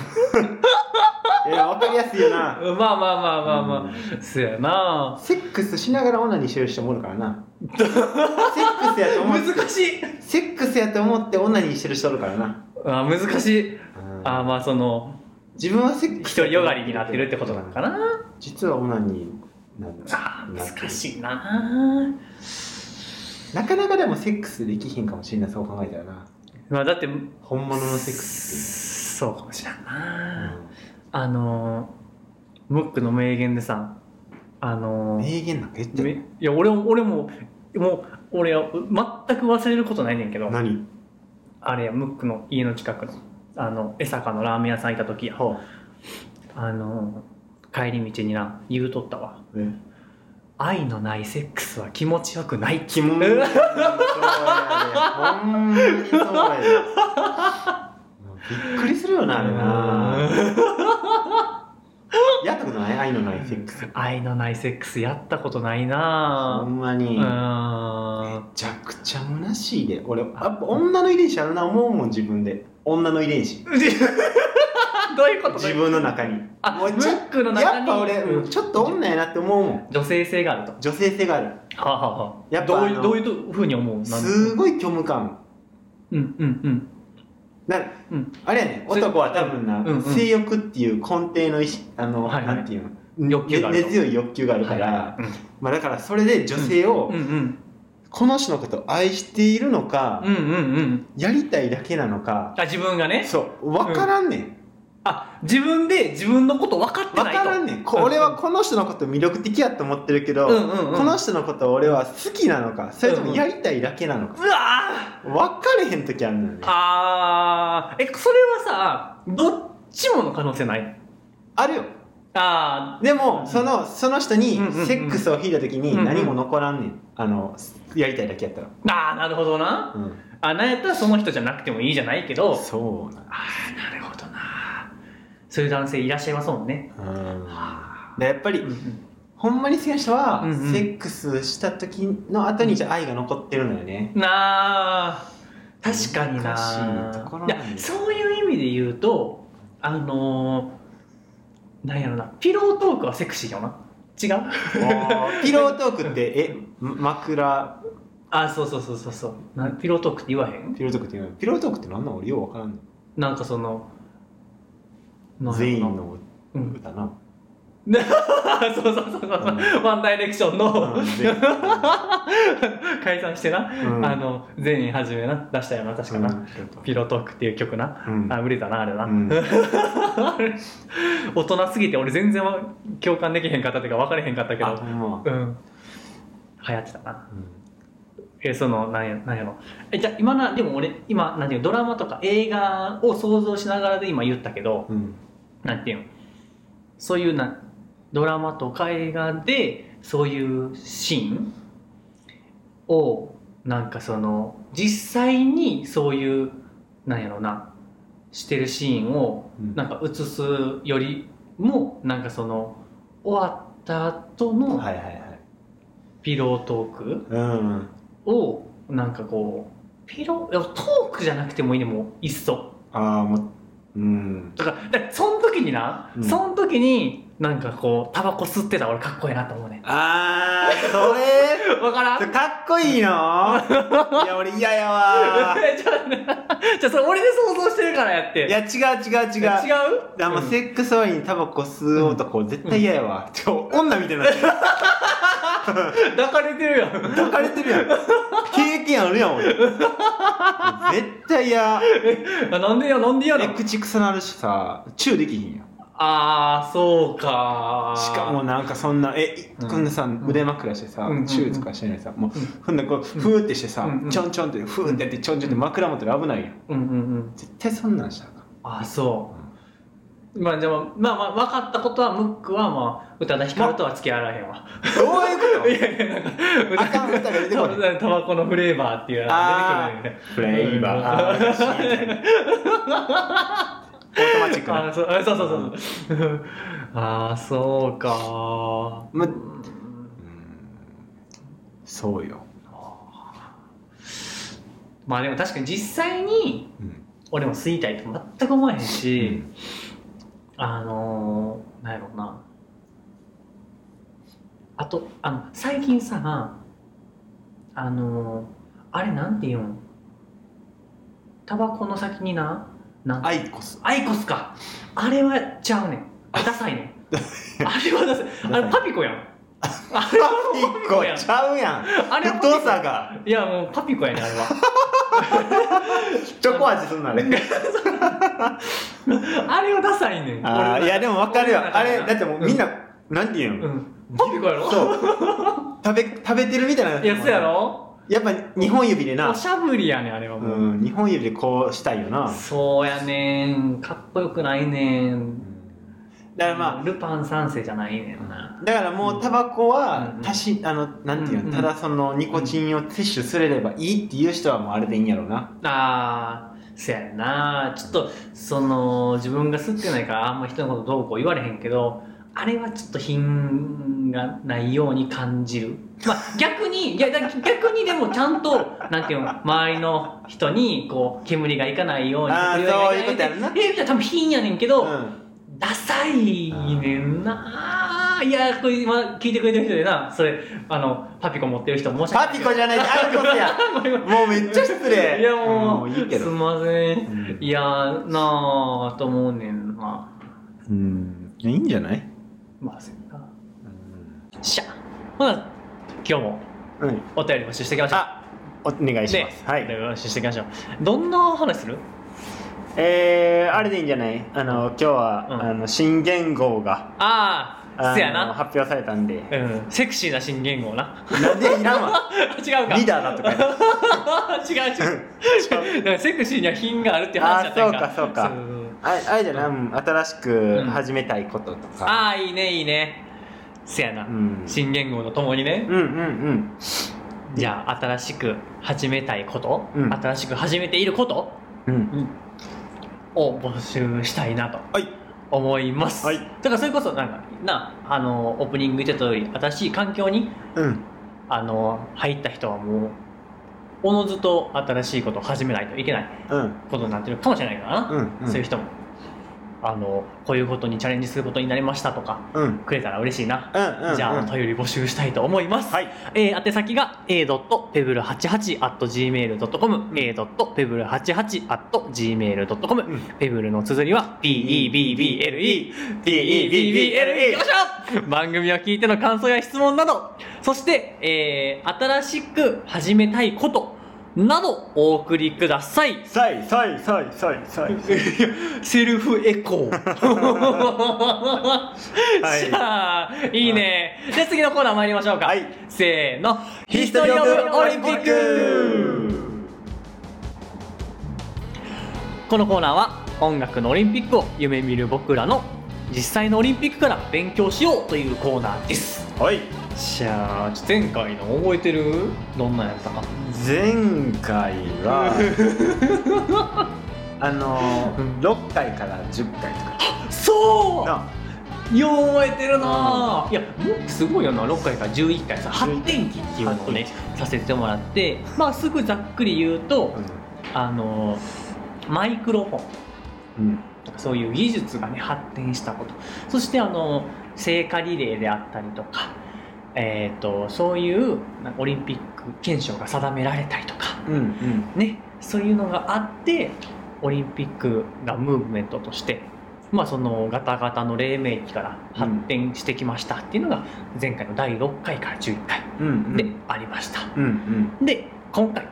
[SPEAKER 2] いや分かりやすいよ
[SPEAKER 1] まあ
[SPEAKER 2] な
[SPEAKER 1] まあまあまあまあ、
[SPEAKER 2] うん
[SPEAKER 1] そやな
[SPEAKER 2] セックスしながらオナニーしてる人もおるからなセックスやと思って
[SPEAKER 1] 難しい
[SPEAKER 2] セックスやと思ってオナニーしてる人おるからな、
[SPEAKER 1] あ難しい
[SPEAKER 2] うん
[SPEAKER 1] あまあその
[SPEAKER 2] 自分はセック
[SPEAKER 1] 一
[SPEAKER 2] ス
[SPEAKER 1] 人よがりになってるってことなのかな
[SPEAKER 2] 実はオナニーなんだ
[SPEAKER 1] あ難しいな
[SPEAKER 2] なかなかでもセックスできひんかもしれないそう考えたらな
[SPEAKER 1] まあだって
[SPEAKER 2] 本物のセックスっ
[SPEAKER 1] そうかもしれん
[SPEAKER 2] て、
[SPEAKER 1] な、
[SPEAKER 2] う
[SPEAKER 1] あのームックの名言でさあの
[SPEAKER 2] ん
[SPEAKER 1] ー
[SPEAKER 2] 名言なんか言って
[SPEAKER 1] めい
[SPEAKER 2] る
[SPEAKER 1] や俺も俺ももう俺は全く忘れることないねんけど
[SPEAKER 2] 何
[SPEAKER 1] あれやムックの家の近くのあの江坂のラーメン屋さんいた時や
[SPEAKER 2] ほ
[SPEAKER 1] あのー帰り道にな言うとったわ
[SPEAKER 2] うえ
[SPEAKER 1] 愛のないセックスは気持ちよくない
[SPEAKER 2] キモいそうやでほんまにそうやでもうびっくりするよなあれなやったことない愛のないセックス
[SPEAKER 1] 愛のないセックスやったことない
[SPEAKER 2] ほ
[SPEAKER 1] なん
[SPEAKER 2] ま
[SPEAKER 1] ぁ
[SPEAKER 2] に
[SPEAKER 1] う
[SPEAKER 2] め
[SPEAKER 1] ん
[SPEAKER 2] ちゃくちゃ虚しいで俺やっぱ女の遺伝子あるな思うもん自分で女の遺伝子
[SPEAKER 1] どういうこと
[SPEAKER 2] 自分の中に
[SPEAKER 1] あ
[SPEAKER 2] もう
[SPEAKER 1] ム
[SPEAKER 2] ちょ
[SPEAKER 1] ックの中に
[SPEAKER 2] やっぱ俺、うんちょっと女やなって思うもん
[SPEAKER 1] 女性性があると
[SPEAKER 2] 女性性がある
[SPEAKER 1] はあはあはあ
[SPEAKER 2] やっぱ
[SPEAKER 1] どうい
[SPEAKER 2] あ
[SPEAKER 1] う
[SPEAKER 2] の
[SPEAKER 1] どういうふうに思うなん
[SPEAKER 2] すごい虚無感
[SPEAKER 1] うんうんうん
[SPEAKER 2] な
[SPEAKER 1] うん
[SPEAKER 2] あれやね
[SPEAKER 1] それ
[SPEAKER 2] 男は多分な、
[SPEAKER 1] うんうん
[SPEAKER 2] 性欲っていう根底の意識あの、
[SPEAKER 1] はいはい
[SPEAKER 2] なんていうの
[SPEAKER 1] 欲求がある
[SPEAKER 2] ね
[SPEAKER 1] と
[SPEAKER 2] 根強い欲求があるから、
[SPEAKER 1] はいはい
[SPEAKER 2] まあ、だからそれで女性を、
[SPEAKER 1] うんうん
[SPEAKER 2] この人のことを愛しているのか、
[SPEAKER 1] うんうんうん
[SPEAKER 2] やりたいだけなのか
[SPEAKER 1] あ自分がね
[SPEAKER 2] そう分からんねん、
[SPEAKER 1] あ自分で自分のこと分かって
[SPEAKER 2] 分
[SPEAKER 1] ない
[SPEAKER 2] か
[SPEAKER 1] と
[SPEAKER 2] らんねんこ俺はこの人のこと魅力的やと思ってるけど、
[SPEAKER 1] うんうんうん
[SPEAKER 2] この人のことを俺は好きなのかそれともやりたいだけなのか、
[SPEAKER 1] うわ
[SPEAKER 2] 分かれへん時あるのよね
[SPEAKER 1] ーあーえそれはさどっちもの可能性ない
[SPEAKER 2] あるよ
[SPEAKER 1] あ
[SPEAKER 2] でもそのその人に
[SPEAKER 1] うんうんうん
[SPEAKER 2] セックスを引いた時に
[SPEAKER 1] うんうん
[SPEAKER 2] 何も残らんねん、あのやりたいだけやったら、
[SPEAKER 1] ーあーなるほどなあなんやったらその人じゃなくてもいいじゃないけど
[SPEAKER 2] そうなん
[SPEAKER 1] ああなるほどなそういう男性いらっしゃいますもんね
[SPEAKER 2] うん
[SPEAKER 1] は
[SPEAKER 2] でやっぱり
[SPEAKER 1] うん
[SPEAKER 2] ほんまに好きな人は、
[SPEAKER 1] うんうん
[SPEAKER 2] セックスした時の後にじゃあ愛が残ってるのよね、
[SPEAKER 1] なあ確かにな
[SPEAKER 2] 難しいところ
[SPEAKER 1] い
[SPEAKER 2] なん
[SPEAKER 1] や
[SPEAKER 2] だ
[SPEAKER 1] そういう意味で言うとあのー、なんやろなピロートークはセクシーよな違う
[SPEAKER 2] ピロートークって、え、枕、
[SPEAKER 1] あそうそうそうそうそうなピロートークって言わへん
[SPEAKER 2] ピロートークって言うのピロートークって何なの俺ようわからん
[SPEAKER 1] なんかその
[SPEAKER 2] の。全員、の
[SPEAKER 1] なんやろ
[SPEAKER 2] 歌な。
[SPEAKER 1] な うん、そうそうそうそう、
[SPEAKER 2] う
[SPEAKER 1] ワンダイレクションの、
[SPEAKER 2] うん全員
[SPEAKER 1] 解散してな、
[SPEAKER 2] うん
[SPEAKER 1] あの全員初めな出したよな確かな、
[SPEAKER 2] うんピロート
[SPEAKER 1] ピロートー
[SPEAKER 2] ーク
[SPEAKER 1] クっていう曲な、
[SPEAKER 2] うん
[SPEAKER 1] あ売れたなあれな、
[SPEAKER 2] うん
[SPEAKER 1] 大人すぎて俺全然わ共感できへんかったっていうか分かれへんかったけ
[SPEAKER 2] あ、
[SPEAKER 1] ど
[SPEAKER 2] ほんまは
[SPEAKER 1] うん流行ってたな
[SPEAKER 2] うん
[SPEAKER 1] えそのなんやなんやろえじゃあ今なでも俺今なんていうのドラマとか映画を想像しながらで今言ったけど
[SPEAKER 2] うん。
[SPEAKER 1] なんていうのそういうなドラマとか映画でそういうシーンをなんかその実際にそういうなんやろなしてるシーンを
[SPEAKER 2] うん
[SPEAKER 1] なんか映すよりもなんかその終わった後の
[SPEAKER 2] はいはいはい。
[SPEAKER 1] ピロートーク
[SPEAKER 2] うん。
[SPEAKER 1] をなんかこうピロいやトークじゃなくてもいいねもういっそ
[SPEAKER 2] ああ、もう、うん。
[SPEAKER 1] だからだからその時にな、
[SPEAKER 2] うん
[SPEAKER 1] その時になんかこうタバコ吸ってた俺かっこいいなと思うね
[SPEAKER 2] ああ、それ
[SPEAKER 1] わからん
[SPEAKER 2] そ
[SPEAKER 1] え
[SPEAKER 2] れかっこい いのいや、俺嫌やわ
[SPEAKER 1] じゃあじゃあそれ俺で想像してるからやって
[SPEAKER 2] いや、違う違う違
[SPEAKER 1] 違
[SPEAKER 2] う。
[SPEAKER 1] う
[SPEAKER 2] あもううセックスワイン、タバコ吸う男、絶対嫌やわ。ちょ、女みたいになって
[SPEAKER 1] う
[SPEAKER 2] る。
[SPEAKER 1] ん抱かれてるやん
[SPEAKER 2] 抱かれてるやん。経験あるやん、俺。絶対嫌。
[SPEAKER 1] あなんでやなんでや
[SPEAKER 2] え、
[SPEAKER 1] の
[SPEAKER 2] 口臭なるしさ、チューできひんやん。
[SPEAKER 1] ああそうか
[SPEAKER 2] しかもなんかそんな、え、い
[SPEAKER 1] うん
[SPEAKER 2] こんなさ、腕枕してさ
[SPEAKER 1] うん、
[SPEAKER 2] チューとかしてないさ、もう
[SPEAKER 1] うん、
[SPEAKER 2] ほんでこう、ふーってしてさ
[SPEAKER 1] うん、
[SPEAKER 2] ちょんちょんって、ふーってやって、ちょんちょんって枕元で危ないやん。
[SPEAKER 1] うんうんうん
[SPEAKER 2] 絶対そんなんしたらあかん。
[SPEAKER 1] あそう、まあじゃあまあまあ分かったことはムックはまあ宇多田ヒカルとは付き合わらへんわ、
[SPEAKER 2] どういうこ
[SPEAKER 1] いやいやなんか宇
[SPEAKER 2] とあかん歌が出てこ
[SPEAKER 1] 多
[SPEAKER 2] ない。
[SPEAKER 1] 分タバコのフレーバーっていうのが出てくるよね
[SPEAKER 2] フレーバー。
[SPEAKER 1] うん
[SPEAKER 2] あーしみたいなオートマチック
[SPEAKER 1] あ
[SPEAKER 2] な。
[SPEAKER 1] そうあそうそうそうそう ああそうか
[SPEAKER 2] まそうよ。
[SPEAKER 1] まあでも確かに実際に
[SPEAKER 2] うん。
[SPEAKER 1] 俺も吸いたいと全く思えへんし、あのー、なんやろうなあとあの最近さあのー、あれなんて言うんタバコの先にななん
[SPEAKER 2] アイコス。
[SPEAKER 1] アイコスかあれはちゃうねんダサい ねんあれはダサいあれパピコやんあれは
[SPEAKER 2] 一個ちゃうやん。
[SPEAKER 1] あれは
[SPEAKER 2] 太
[SPEAKER 1] パ
[SPEAKER 2] さが。
[SPEAKER 1] ピコいやもうパピコやねんあれ は
[SPEAKER 2] チョコ味すんなね。
[SPEAKER 1] あれはダサいねん
[SPEAKER 2] あーいやでもわかるよ。
[SPEAKER 1] 俺の中
[SPEAKER 2] あ
[SPEAKER 1] で
[SPEAKER 2] れ、
[SPEAKER 1] な
[SPEAKER 2] だってもうみんな、なんていう
[SPEAKER 1] う
[SPEAKER 2] の
[SPEAKER 1] んパピコやろ
[SPEAKER 2] そう。食べ、食べてるみたいな。
[SPEAKER 1] いやそうや。ろ
[SPEAKER 2] やっぱ二本指で
[SPEAKER 1] お
[SPEAKER 2] な。
[SPEAKER 1] しゃぶりやねんあれはもう、
[SPEAKER 2] うん、二本指でこうしたいよな。
[SPEAKER 1] そうやねんかっこよくないねん
[SPEAKER 2] だからまあ、
[SPEAKER 1] ルパン三世じゃないねんな
[SPEAKER 2] だからもうタバコは
[SPEAKER 1] うん
[SPEAKER 2] たし、あのなんていうの、
[SPEAKER 1] うん
[SPEAKER 2] ただそのニコチンを摂取すれればいいっていう人はもうあれでいいんやろうな
[SPEAKER 1] あーせやんなちょっとその自分が吸ってないからあんま人のことどうこう言われへんけどあれはちょっと品がないように感じる、 まあ、逆にいやだ逆にでもちゃんとなんていうの周りの人にこう煙がいかないように
[SPEAKER 2] あー
[SPEAKER 1] 煙が
[SPEAKER 2] そういうことやろな
[SPEAKER 1] えーみたいな多分品やねんけど、
[SPEAKER 2] うん
[SPEAKER 1] ダサいねんなあいやこれ今聞いてくれてる人でなそれあのパピコ持ってる人申し
[SPEAKER 2] パ
[SPEAKER 1] 訳な
[SPEAKER 2] ピ
[SPEAKER 1] い
[SPEAKER 2] コじゃないアイコス や もうめっちゃ失礼
[SPEAKER 1] いやもう,、
[SPEAKER 2] んいいけ
[SPEAKER 1] すん
[SPEAKER 2] ど
[SPEAKER 1] ません
[SPEAKER 2] うん
[SPEAKER 1] いやなあと思うねんな
[SPEAKER 2] うんいやいいんじゃない
[SPEAKER 1] まあせんな
[SPEAKER 2] うん、
[SPEAKER 1] しゃほな今日も
[SPEAKER 2] うん、
[SPEAKER 1] お便り募集していきましょう
[SPEAKER 2] あお願いします、は
[SPEAKER 1] お便
[SPEAKER 2] い
[SPEAKER 1] り募集していきましょうどんな話する
[SPEAKER 2] えー、あれでいいんじゃないあの今日は、
[SPEAKER 1] うん
[SPEAKER 2] あの新元号が
[SPEAKER 1] ああ
[SPEAKER 2] あ
[SPEAKER 1] せや
[SPEAKER 2] の
[SPEAKER 1] な
[SPEAKER 2] 発表されたんで
[SPEAKER 1] うんセクシーな新言語な
[SPEAKER 2] なんでいらんわ
[SPEAKER 1] 違うか
[SPEAKER 2] リーダーだとか言って
[SPEAKER 1] 違 う違うだからセクシーには品があるって話だったん
[SPEAKER 2] あそうかそうか
[SPEAKER 1] そう
[SPEAKER 2] ああれじゃない、うん新しく始めたいこととか、
[SPEAKER 1] ああいいねいいねせやな、
[SPEAKER 2] うん
[SPEAKER 1] 新言語とともにね
[SPEAKER 2] うんうん
[SPEAKER 1] じゃあ新しく始めたいこと、
[SPEAKER 2] うん
[SPEAKER 1] 新しく始めていること
[SPEAKER 2] うんうん
[SPEAKER 1] を募集したいなと
[SPEAKER 2] はい
[SPEAKER 1] 思います、
[SPEAKER 2] はい
[SPEAKER 1] だからそれこそなんかなあのオープニング言ってた通り新しい環境に
[SPEAKER 2] うん
[SPEAKER 1] あの入った人はもうおのずと新しいことを始めないといけない
[SPEAKER 2] うん
[SPEAKER 1] ことになってるかもしれないからな、
[SPEAKER 2] うんうん
[SPEAKER 1] そういう人もあのこういうことにチャレンジすることになりましたとか
[SPEAKER 2] うんうん
[SPEAKER 1] くれたら嬉しいな、
[SPEAKER 2] うん
[SPEAKER 1] じゃあ、
[SPEAKER 2] うん
[SPEAKER 1] お便り募集したいと思います、
[SPEAKER 2] はい
[SPEAKER 1] えー、宛先が a.pebble88.gmail.com a.pebble88.gmail.com
[SPEAKER 2] うん
[SPEAKER 1] ペブルの綴りは PEBBLE PEBBLE よっしゃ番組を聞いての感想や質問などそして、えー、新しく始めたいことなどお送りください
[SPEAKER 2] さいさいさいさいさい
[SPEAKER 1] セルフエコー
[SPEAKER 2] い
[SPEAKER 1] しゃあいいね、で次のコーナー参りましょうか、
[SPEAKER 2] はい
[SPEAKER 1] せーのヒストリー・オブ・オリンピックこのコーナーは音楽のオリンピックを夢見る僕らの実際のオリンピックから勉強しようというコーナーです
[SPEAKER 2] はい
[SPEAKER 1] じゃあ前回の覚えてるどんなんやったか
[SPEAKER 2] 前回はあの
[SPEAKER 1] うん
[SPEAKER 2] 6回から10回とか
[SPEAKER 1] そ
[SPEAKER 2] な
[SPEAKER 1] うよう覚えてるなあいやもうすごいよな6回から11回さ発展期っていうのをねさせてもらってまあすぐざっくり言うとあのマイクロフォン
[SPEAKER 2] うん
[SPEAKER 1] そういう技術がね発展したことそしてあの聖火リレーであったりとか、えー、とそういうなんかオリンピック憲章が定められたりとか、
[SPEAKER 2] うんうん
[SPEAKER 1] ね、そういうのがあってオリンピックがムーブメントとして、まあ、そのガタガタの黎明期から発展してきましたっていうのが前回の第6回から11回
[SPEAKER 2] うんうん
[SPEAKER 1] でありました。
[SPEAKER 2] うんうん
[SPEAKER 1] で今回、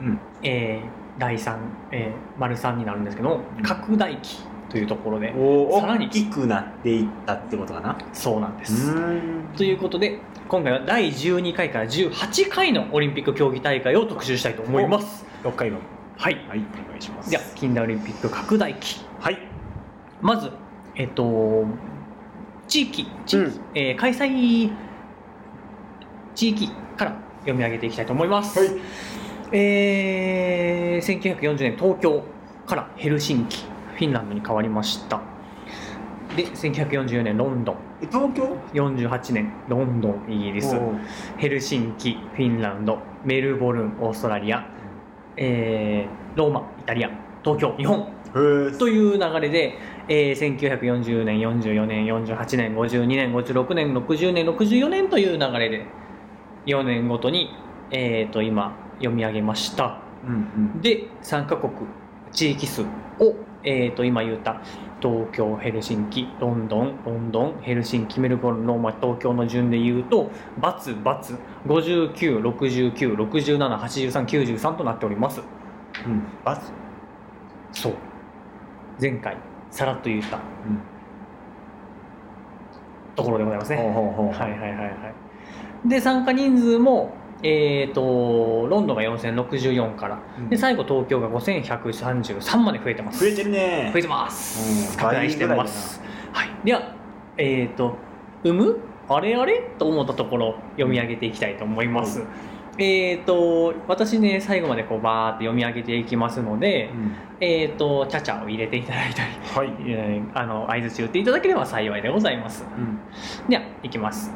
[SPEAKER 2] うん
[SPEAKER 1] えー第3、えー、丸3になるんですけども
[SPEAKER 2] うん
[SPEAKER 1] 拡大期というところで
[SPEAKER 2] お
[SPEAKER 1] さらに
[SPEAKER 2] 大きくなっていったってことかな
[SPEAKER 1] そうなんで
[SPEAKER 2] う
[SPEAKER 1] す。
[SPEAKER 2] ん
[SPEAKER 1] ということで今回は第12回から18回のオリンピック競技大会を特集したいと思います。
[SPEAKER 2] 6回の
[SPEAKER 1] はい、
[SPEAKER 2] はいお願いしま
[SPEAKER 1] じゃあ近代オリンピック拡大期
[SPEAKER 2] はい
[SPEAKER 1] まず、えっと、地域地域、
[SPEAKER 2] うん
[SPEAKER 1] えー開催地域から読み上げていきたいと思います。
[SPEAKER 2] はい
[SPEAKER 1] えー1940年東京からヘルシンキフィンランドに変わりましたで1944年ロンドン
[SPEAKER 2] え東京
[SPEAKER 1] 48年ロンドンイギリス
[SPEAKER 2] おー
[SPEAKER 1] ヘルシンキフィンランドメルボルンオーストラリア、えーローマイタリア東京日本
[SPEAKER 2] へえ
[SPEAKER 1] という流れで、えー1940年44年48年52年56年60年64年という流れで4年ごとに、えー、と今読み上げました。
[SPEAKER 2] うんうん
[SPEAKER 1] で3カ国地域数を、えー、と今言った東京ヘルシンキロンドンロンドンヘルシンキメルボルンローマ東京の順で言うと××五59、69、67、83、93となっております
[SPEAKER 2] うんバス
[SPEAKER 1] そう前回さらっと言った
[SPEAKER 2] うん
[SPEAKER 1] ところでございますね、
[SPEAKER 2] ほうほうほう
[SPEAKER 1] はいはいはいはいで参加人数もえー、とロンドンが4064からで最後東京が5133まで増えてます
[SPEAKER 2] 増えてるね
[SPEAKER 1] 増えてます、
[SPEAKER 2] うん
[SPEAKER 1] 拡大してます、はい、ではえっ、と「産むあれあれ?」と思ったところ読み上げていきたいと思います、
[SPEAKER 2] う
[SPEAKER 1] えっ、と私ね最後までこうバーって読み上げていきますので、
[SPEAKER 2] うん
[SPEAKER 1] えっ、とちゃちゃを入れていただいたり
[SPEAKER 2] はい
[SPEAKER 1] えーあの相槌打っていただければ幸いでございます
[SPEAKER 2] うん
[SPEAKER 1] ではいきます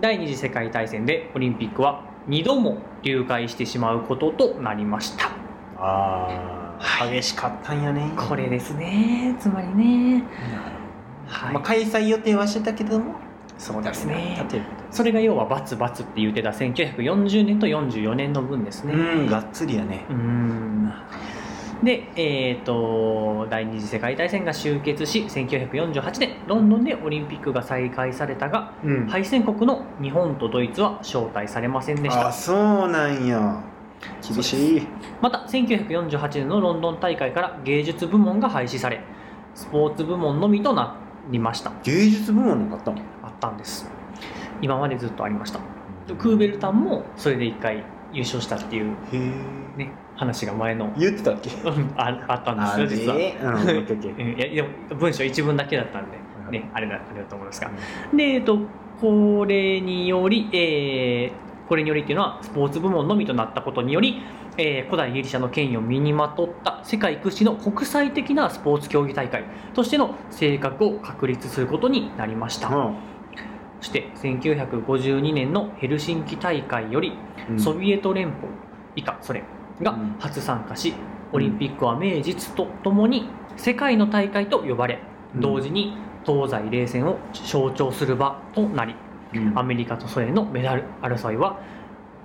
[SPEAKER 1] 第二次世界大戦でオリンピックは2度も流会してしまうこととなりました
[SPEAKER 2] あ
[SPEAKER 1] は
[SPEAKER 2] あ激しかったんやね
[SPEAKER 1] これですねつまりねはい
[SPEAKER 2] まあ開催予定はしてたけども
[SPEAKER 1] そうですね
[SPEAKER 2] 立てる
[SPEAKER 1] それが要はバツバツって言うてた1940年と44年の分ですね
[SPEAKER 2] うんがっつりやね
[SPEAKER 1] うーんでえー、と第二次世界大戦が終結し1948年ロンドンでオリンピックが再開されたが
[SPEAKER 2] うん
[SPEAKER 1] 敗戦国の日本とドイツは招待されませんでした
[SPEAKER 2] あそうなんや厳しい
[SPEAKER 1] また1948年のロンドン大会から芸術部門が廃止されスポーツ部門のみとなりました
[SPEAKER 2] 芸術部門の方も
[SPEAKER 1] あったんです今までずっとありましたクーベルタンもそれで1回優勝したっていう
[SPEAKER 2] へえ
[SPEAKER 1] ね話が前の
[SPEAKER 2] 言ってたっけ
[SPEAKER 1] うんああった
[SPEAKER 2] あ
[SPEAKER 1] んですよ実は。
[SPEAKER 2] れうんオッケ ーオッケ
[SPEAKER 1] う
[SPEAKER 2] ー
[SPEAKER 1] んいやでも文章一文だけだったんで、
[SPEAKER 2] はい
[SPEAKER 1] ね、あれだあれだと思いますがで、えっと、これにより、えーこれによりっていうのはスポーツ部門のみとなったことにより、えー古代ギリシャの権威を身にまとった世界屈指の国際的なスポーツ競技大会としての性格を確立することになりました、そして1952年のヘルシンキ大会より
[SPEAKER 2] うん
[SPEAKER 1] ソビエト連邦以下ソ連が
[SPEAKER 2] うん
[SPEAKER 1] 初参加しオリンピックは名実とともに世界の大会と呼ばれ
[SPEAKER 2] うん
[SPEAKER 1] 同時に東西冷戦を象徴する場となり
[SPEAKER 2] うん
[SPEAKER 1] アメリカとソ連のメダル争いは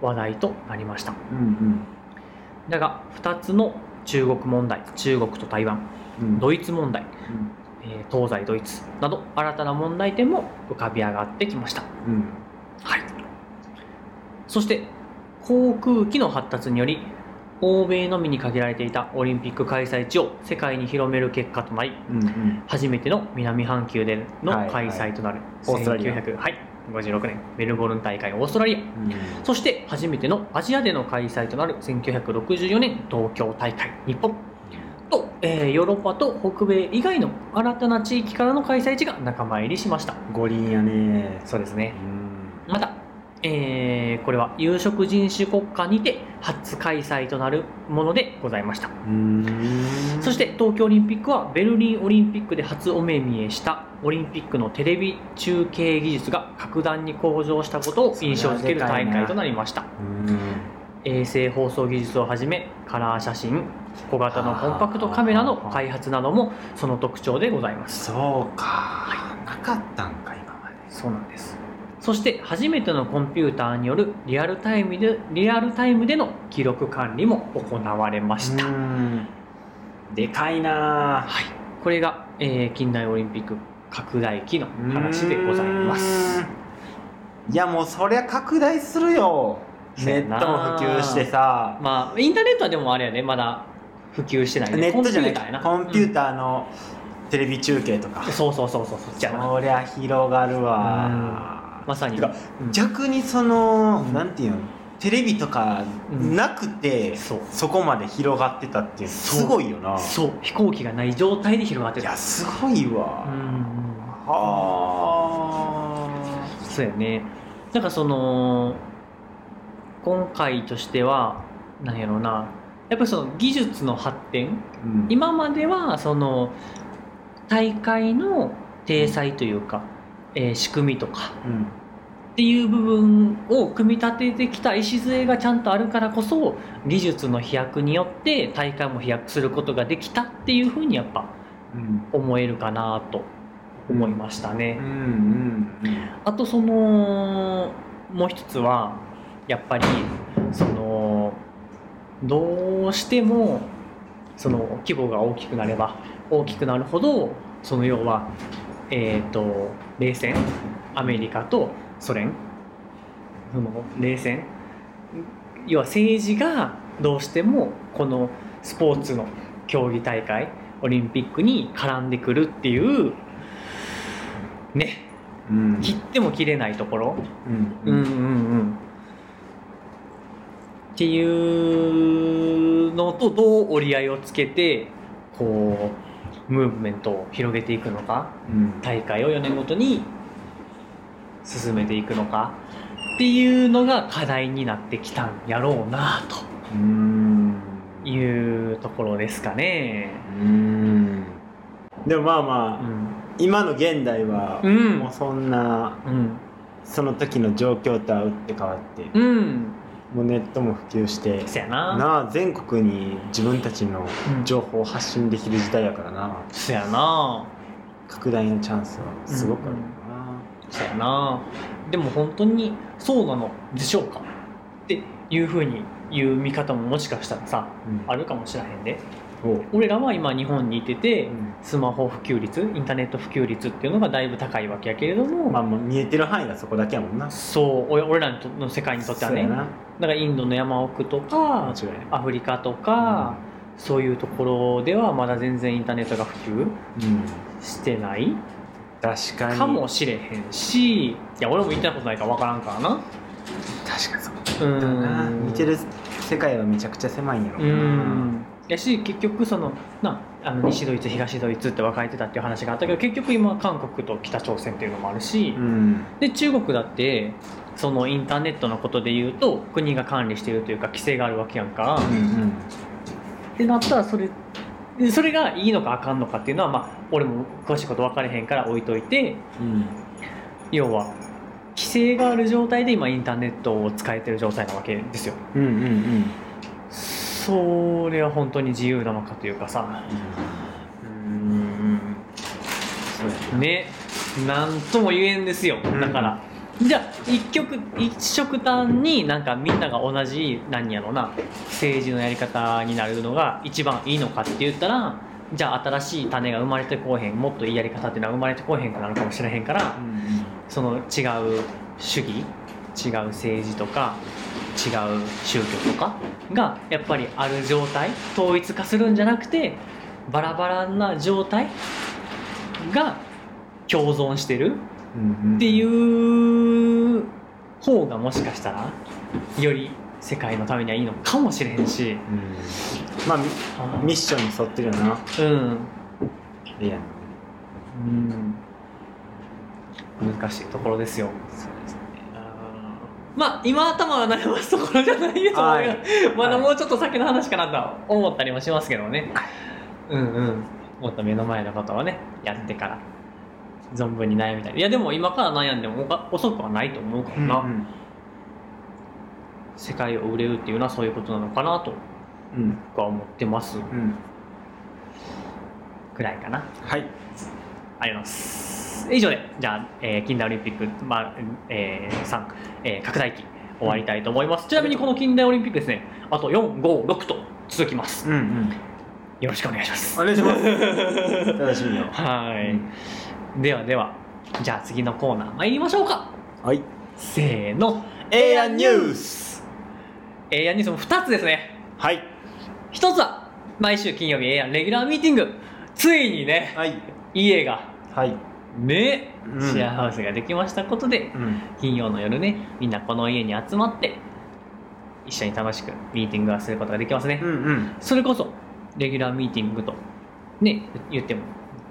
[SPEAKER 1] 話題となりました
[SPEAKER 2] うん
[SPEAKER 1] だが2つの中国問題中国と台湾
[SPEAKER 2] うん
[SPEAKER 1] ドイツ問題、
[SPEAKER 2] うん
[SPEAKER 1] えー東西ドイツなど新たな問題点も浮かび上がってきました
[SPEAKER 2] うん
[SPEAKER 1] はい、そして航空機の発達により欧米のみに限られていたオリンピック開催地を世界に広める結果となり
[SPEAKER 2] うんうん
[SPEAKER 1] 初めての南半球での
[SPEAKER 2] はい
[SPEAKER 1] 開催となる、
[SPEAKER 2] オーストラリア
[SPEAKER 1] 1900はい、56年メルボルン大会オーストラリア
[SPEAKER 2] うん
[SPEAKER 1] そして初めてのアジアでの開催となる1964年東京大会日本と、えーヨーロッパと北米以外の新たな地域からの開催地が仲間入りしました
[SPEAKER 2] 五輪やね
[SPEAKER 1] そうですね
[SPEAKER 2] うん
[SPEAKER 1] また、えーこれは有色人種国家にて初開催となるものでございました
[SPEAKER 2] うん
[SPEAKER 1] そして東京オリンピックはベルリンオリンピックで初お目見えしたオリンピックのテレビ中継技術が格段に向上したことを印象づける大会となりました
[SPEAKER 2] うん
[SPEAKER 1] 衛星放送技術をはじめカラー写真小型のコンパクトカメラの開発などもその特徴でございます
[SPEAKER 2] そうかなかったんか今まで
[SPEAKER 1] そうなんですそして初めてのコンピューターによるリアルタイムでリアルタイムでの記録管理も行われました、
[SPEAKER 2] うんでかいな
[SPEAKER 1] はい、これが、えー近代オリンピック拡大期の話でございます
[SPEAKER 2] うんいやもうそりゃ拡大するよ
[SPEAKER 1] そう
[SPEAKER 2] ネ
[SPEAKER 1] や
[SPEAKER 2] ッ
[SPEAKER 1] な
[SPEAKER 2] トも普及してさ
[SPEAKER 1] まあインターネットはでもあれやねまだ普及してないね
[SPEAKER 2] ネットじゃ
[SPEAKER 1] コ
[SPEAKER 2] な
[SPEAKER 1] ンピューターや
[SPEAKER 2] い
[SPEAKER 1] な
[SPEAKER 2] コンピューターのテレビ中継とか
[SPEAKER 1] うんそうそうそうそうそっちやな
[SPEAKER 2] そりゃ広がるわ
[SPEAKER 1] まさに
[SPEAKER 2] てか
[SPEAKER 1] うん
[SPEAKER 2] 逆にその
[SPEAKER 1] うん
[SPEAKER 2] なんていうのテレビとかなくて
[SPEAKER 1] そう
[SPEAKER 2] そこまで広がってたっていうの
[SPEAKER 1] そう
[SPEAKER 2] すごいよな
[SPEAKER 1] そう飛行機がない状態で広がって
[SPEAKER 2] い
[SPEAKER 1] た
[SPEAKER 2] やすごいわ
[SPEAKER 1] うん
[SPEAKER 2] は
[SPEAKER 1] そうやねなんかその今回としてはなんやろうなやっぱりその技術の発展
[SPEAKER 2] あ
[SPEAKER 1] 今まではその大会の体裁というか、えー仕組みとか
[SPEAKER 2] うん
[SPEAKER 1] っていう部分を組み立ててきた礎がちゃんとあるからこそ技術の飛躍によって大会も飛躍することができたっていうふうにやっぱ
[SPEAKER 2] うん
[SPEAKER 1] 思えるかなと思いましたね。
[SPEAKER 2] うんうん
[SPEAKER 1] あとそのもう一つはやっぱりそのどうしてもその規模が大きくなれば大きくなるほどその要はえっ、と冷戦アメリカとソ連その冷戦要は政治がどうしてもこのスポーツの競技大会オリンピックに絡んでくるっていうね
[SPEAKER 2] うん
[SPEAKER 1] 切っても切れないところ、
[SPEAKER 2] う
[SPEAKER 1] う
[SPEAKER 2] ん
[SPEAKER 1] んうんっていうのとどう折り合いをつけてこうムーブメントを広げていくのか
[SPEAKER 2] うん
[SPEAKER 1] 大会を4年ごとに進めていくのかっていうのが課題になってきたんやろうな
[SPEAKER 2] うん
[SPEAKER 1] というところですかね。
[SPEAKER 2] うんでもまあ
[SPEAKER 1] う
[SPEAKER 2] まあ
[SPEAKER 1] ん、
[SPEAKER 2] 今の現代は
[SPEAKER 1] うん
[SPEAKER 2] もうそんな
[SPEAKER 1] うん、
[SPEAKER 2] その時の状況とは打って変わって
[SPEAKER 1] うん、
[SPEAKER 2] もうネットも普及して
[SPEAKER 1] そやな。
[SPEAKER 2] なあ全国に自分たちの
[SPEAKER 1] うん
[SPEAKER 2] 情報を発信できる時代やからな
[SPEAKER 1] そやな。
[SPEAKER 2] 拡大のチャンスはすごくあるよな
[SPEAKER 1] そうやなでも本当にそうなのでしょうかっていうふうに言う見方ももしかしたらさ
[SPEAKER 2] うん
[SPEAKER 1] あるかもしらへんで
[SPEAKER 2] おう
[SPEAKER 1] 俺らは今日本にいてて
[SPEAKER 2] うん
[SPEAKER 1] スマホ普及率インターネット普及率っていうのがだいぶ高いわけやけれども、
[SPEAKER 2] まあもう見えてる範囲がそこだけやもんな
[SPEAKER 1] そう俺俺らにとの世界にとってはね
[SPEAKER 2] そうや
[SPEAKER 1] だ
[SPEAKER 2] な
[SPEAKER 1] からインドの山奥とか
[SPEAKER 2] 間違いない
[SPEAKER 1] アフリカとか、そういうところではまだ全然インターネットが普及
[SPEAKER 2] うん
[SPEAKER 1] してない
[SPEAKER 2] 確かに
[SPEAKER 1] かもしれへんしいや俺も行ったことないから分からんからな
[SPEAKER 2] 確かにそう
[SPEAKER 1] うん
[SPEAKER 2] だな見てる世界はめちゃくちゃ狭いんやろ
[SPEAKER 1] う
[SPEAKER 2] な、
[SPEAKER 1] んやし結局そのなあの西ドイツ東ドイツって分かれてたっていう話があったけど結局今韓国と北朝鮮っていうのもあるし、
[SPEAKER 2] うん
[SPEAKER 1] で中国だってそのインターネットのことで言うと国が管理してるというか規制があるわけやんか
[SPEAKER 2] う。ん
[SPEAKER 1] ってなったらそれでそれがいいのかあかんのかっていうのは、まあ、俺も詳しいこと分かれへんから置いといて
[SPEAKER 2] うん
[SPEAKER 1] 要は規制がある状態で今インターネットを使えてる状態なわけですよ。
[SPEAKER 2] うんうんうんうん
[SPEAKER 1] それは本当に自由なのかというかさ。
[SPEAKER 2] うん
[SPEAKER 1] ねなんとも言えんですよ
[SPEAKER 2] うん
[SPEAKER 1] だから、じゃあ一曲一色単になんかみんなが同じ何やろうな政治のやり方になるのが一番いいのかって言ったらじゃあ新しい種が生まれてこうへんもっといいやり方っていうのは生まれてこうへんからなのかもしれへんからその違う主義違う政治とか違う宗教とかがやっぱりある状態統一化するんじゃなくてバラバラな状態が共存してる
[SPEAKER 2] うん
[SPEAKER 1] っていう方がもしかしたらより世界のためにはいいのかもしれへんし、
[SPEAKER 2] うんまあミミッションに沿ってるよ
[SPEAKER 1] う
[SPEAKER 2] な
[SPEAKER 1] ん、
[SPEAKER 2] いや
[SPEAKER 1] うん、難しいところですよ。まあ今頭が悩ますところじゃないです
[SPEAKER 2] はい
[SPEAKER 1] まだもうちょっと先の話かなとは思ったりもしますけどね、うんうんもっと目の前のことをねやってから存分に悩みたいいやでも今から悩んでもおか遅くはないと思うからな、
[SPEAKER 2] うん
[SPEAKER 1] 世界を売れるっていうのはそういうことなのかなと
[SPEAKER 2] うん
[SPEAKER 1] 僕は思ってます
[SPEAKER 2] うん
[SPEAKER 1] くらいかな
[SPEAKER 2] は
[SPEAKER 1] あ
[SPEAKER 2] い
[SPEAKER 1] りがとうございます。以上で、じゃあ、えー、近代オリンピック、まあえー、3、えー拡大期終わりたいと思います。ちなみにこの近代オリンピックですね、あと4、5、6と続きます。
[SPEAKER 2] うんうん
[SPEAKER 1] よろしくお願いします。
[SPEAKER 2] お願いします 楽しみよ
[SPEAKER 1] はい、ではでは、じゃあ次のコーナー参りましょうか。
[SPEAKER 2] はい
[SPEAKER 1] せーの。
[SPEAKER 2] エアニュース
[SPEAKER 1] えー、やニュースも2つですね。
[SPEAKER 2] はい
[SPEAKER 1] 1つは、毎週金曜日、えーやレギュラーミーティング。ついにね、
[SPEAKER 2] はい
[SPEAKER 1] 家が、
[SPEAKER 2] はい
[SPEAKER 1] ね、
[SPEAKER 2] うん
[SPEAKER 1] シェアハウスができましたことで、
[SPEAKER 2] うん
[SPEAKER 1] 金曜の夜ねみんなこの家に集まって一緒に楽しくミーティングをすることができますね、
[SPEAKER 2] うんうん
[SPEAKER 1] それこそレギュラーミーティングとね言っても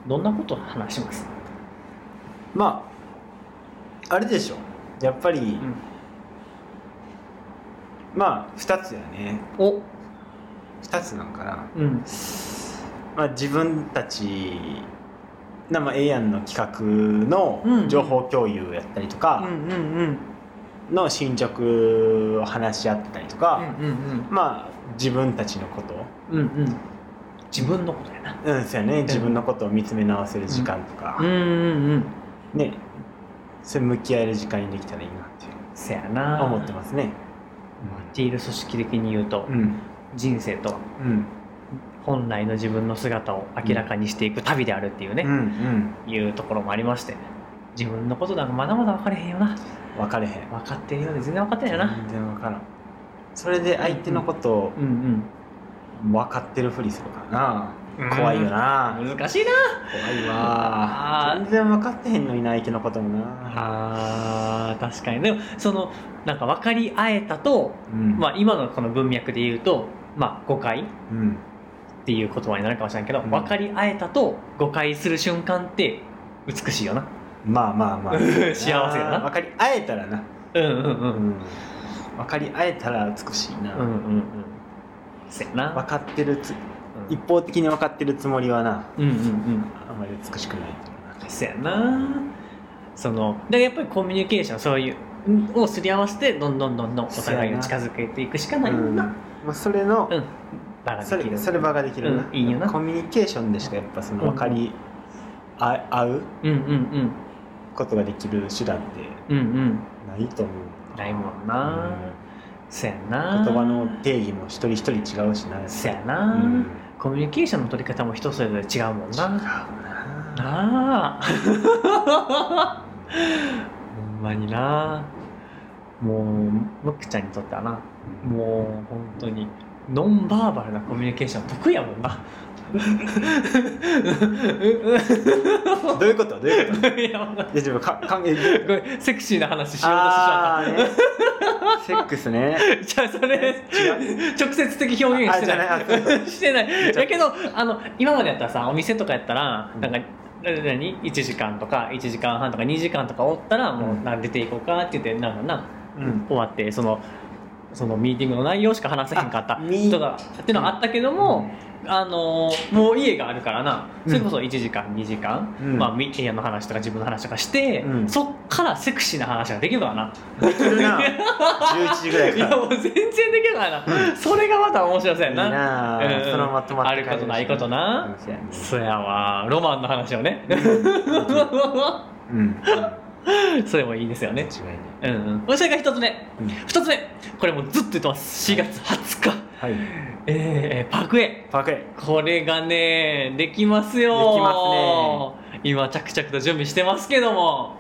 [SPEAKER 1] どんなことを話します
[SPEAKER 2] まああれでしょやっぱり、
[SPEAKER 1] ん
[SPEAKER 2] まあ2つやね
[SPEAKER 1] お
[SPEAKER 2] 2つなんかな、
[SPEAKER 1] うん
[SPEAKER 2] まあ、自分たちなまあ A 案の企画
[SPEAKER 1] うん
[SPEAKER 2] の情報共有やったりと
[SPEAKER 1] うんう
[SPEAKER 2] か
[SPEAKER 1] んうん
[SPEAKER 2] の進捗を話し合ったりと
[SPEAKER 1] うん
[SPEAKER 2] か、
[SPEAKER 1] うん
[SPEAKER 2] まあ自分たちのこと
[SPEAKER 1] うんうんうん自分のことやな
[SPEAKER 2] うんそうやね自分のことを見つめ直せる時間とか、
[SPEAKER 1] うんうん
[SPEAKER 2] ねそれ向き合える時間にできたらいいなって
[SPEAKER 1] せやな
[SPEAKER 2] 思ってますね
[SPEAKER 1] ティール組織的に言うと、
[SPEAKER 2] うん
[SPEAKER 1] 人生とは
[SPEAKER 2] うん
[SPEAKER 1] 本来の自分の姿を明らかにしていく旅であるっていう
[SPEAKER 2] うんう
[SPEAKER 1] ね、
[SPEAKER 2] ん
[SPEAKER 1] いうところもありまして自分のことなんかまだまだ分かれへんよな
[SPEAKER 2] 分かれへん
[SPEAKER 1] 分かってるようで全然分かってないよな
[SPEAKER 2] 全然分からんそれで相手のことを
[SPEAKER 1] うん
[SPEAKER 2] 分かってるふりするからな、
[SPEAKER 1] うん
[SPEAKER 2] 怖いよな、
[SPEAKER 1] 難しいな
[SPEAKER 2] 怖い
[SPEAKER 1] あ
[SPEAKER 2] わ
[SPEAKER 1] ー
[SPEAKER 2] 全然分かってへんのにな相手のこともな
[SPEAKER 1] あー確かにでもそのなんか分かり合えたと、
[SPEAKER 2] うん
[SPEAKER 1] まあ、今のこの文脈で言うと、まあ、誤解っ
[SPEAKER 2] うん
[SPEAKER 1] ていう言葉になるかもしれないけど、
[SPEAKER 2] うん
[SPEAKER 1] 分かり合えたと誤解する瞬間って美しいよな
[SPEAKER 2] まあまあ まあ
[SPEAKER 1] 幸せやな
[SPEAKER 2] 分かり合えたらな、
[SPEAKER 1] うんうんう
[SPEAKER 2] うんん、分かり合えたら美しいな、
[SPEAKER 1] うんうんうんせやな
[SPEAKER 2] 分かってるつ
[SPEAKER 1] うん
[SPEAKER 2] 一方的に分かってるつもりはな
[SPEAKER 1] うんうんうん
[SPEAKER 2] あんまり美しくないと思うな
[SPEAKER 1] そうやなそのだからやっぱりコミュニケーションそういううんをすり合わせてどんどんどんどんお互いを近づけていくしかないもん
[SPEAKER 2] う
[SPEAKER 1] なん
[SPEAKER 2] まあ、それの、
[SPEAKER 1] うんバラ
[SPEAKER 2] そ
[SPEAKER 1] でき
[SPEAKER 2] れ
[SPEAKER 1] る
[SPEAKER 2] それ場ができるな、
[SPEAKER 1] うんいいよな
[SPEAKER 2] コミュニケーションでしかやっぱその分かりあ合う
[SPEAKER 1] うんうん
[SPEAKER 2] ことができる手段って
[SPEAKER 1] うんうん
[SPEAKER 2] ないと思う
[SPEAKER 1] うんないもんなそうや
[SPEAKER 2] うん
[SPEAKER 1] な
[SPEAKER 2] 言葉の定義も一人一人違うしな
[SPEAKER 1] そうや
[SPEAKER 2] う
[SPEAKER 1] な、
[SPEAKER 2] ん
[SPEAKER 1] コミュニケーションの取り方も人それぞれ違うもん
[SPEAKER 2] 違う
[SPEAKER 1] な
[SPEAKER 2] な
[SPEAKER 1] なあほんまになもうむくちゃんにとってはなもう本当にノンバーバルなコミュニケーション得意やもんな
[SPEAKER 2] どういうことどういうこと
[SPEAKER 1] いや
[SPEAKER 2] 大丈夫か かんえ
[SPEAKER 1] ごめんセクシーな話しようとしちゃ
[SPEAKER 2] あーねセックスね
[SPEAKER 1] った じゃあそれ
[SPEAKER 2] 違う
[SPEAKER 1] 直接的表現してない
[SPEAKER 2] あじゃない
[SPEAKER 1] してないだけどあの今までやったらさお店とかやったら
[SPEAKER 2] うん
[SPEAKER 1] なんか、な何1時間とか1時間半とか2時間とかおったらもう、
[SPEAKER 2] うん
[SPEAKER 1] なん出ていこうかって言ってなんかな、
[SPEAKER 2] うん
[SPEAKER 1] 終わってそのそのミーティングの内容しか話せへんかった
[SPEAKER 2] あみ
[SPEAKER 1] とかってのあったけども、あのーもう家があるからなそれこそ1時間2時間、
[SPEAKER 2] うん
[SPEAKER 1] まあ、み部屋の話とか自分の話とかして、
[SPEAKER 2] うん
[SPEAKER 1] そっからセクシーな話ができるからな
[SPEAKER 2] できるな 11時ぐらい
[SPEAKER 1] い
[SPEAKER 2] か
[SPEAKER 1] や
[SPEAKER 2] ら
[SPEAKER 1] もう全然できるからな、それがまた面白そうや
[SPEAKER 2] いい
[SPEAKER 1] な
[SPEAKER 2] な
[SPEAKER 1] うん
[SPEAKER 2] そのまま止まって
[SPEAKER 1] あることないことな
[SPEAKER 2] うんそうやね
[SPEAKER 1] そやわロマンの話をね
[SPEAKER 2] うんうん間
[SPEAKER 1] それもいいですよね
[SPEAKER 2] 違いない
[SPEAKER 1] うんうんそれが一つ目
[SPEAKER 2] うん
[SPEAKER 1] 二つ目これもうずっと言ってます4月20日
[SPEAKER 2] はい
[SPEAKER 1] えー、パークウェイ
[SPEAKER 2] パークウェイ
[SPEAKER 1] これがねできますよ
[SPEAKER 2] できます
[SPEAKER 1] ね今着々と準備してますけども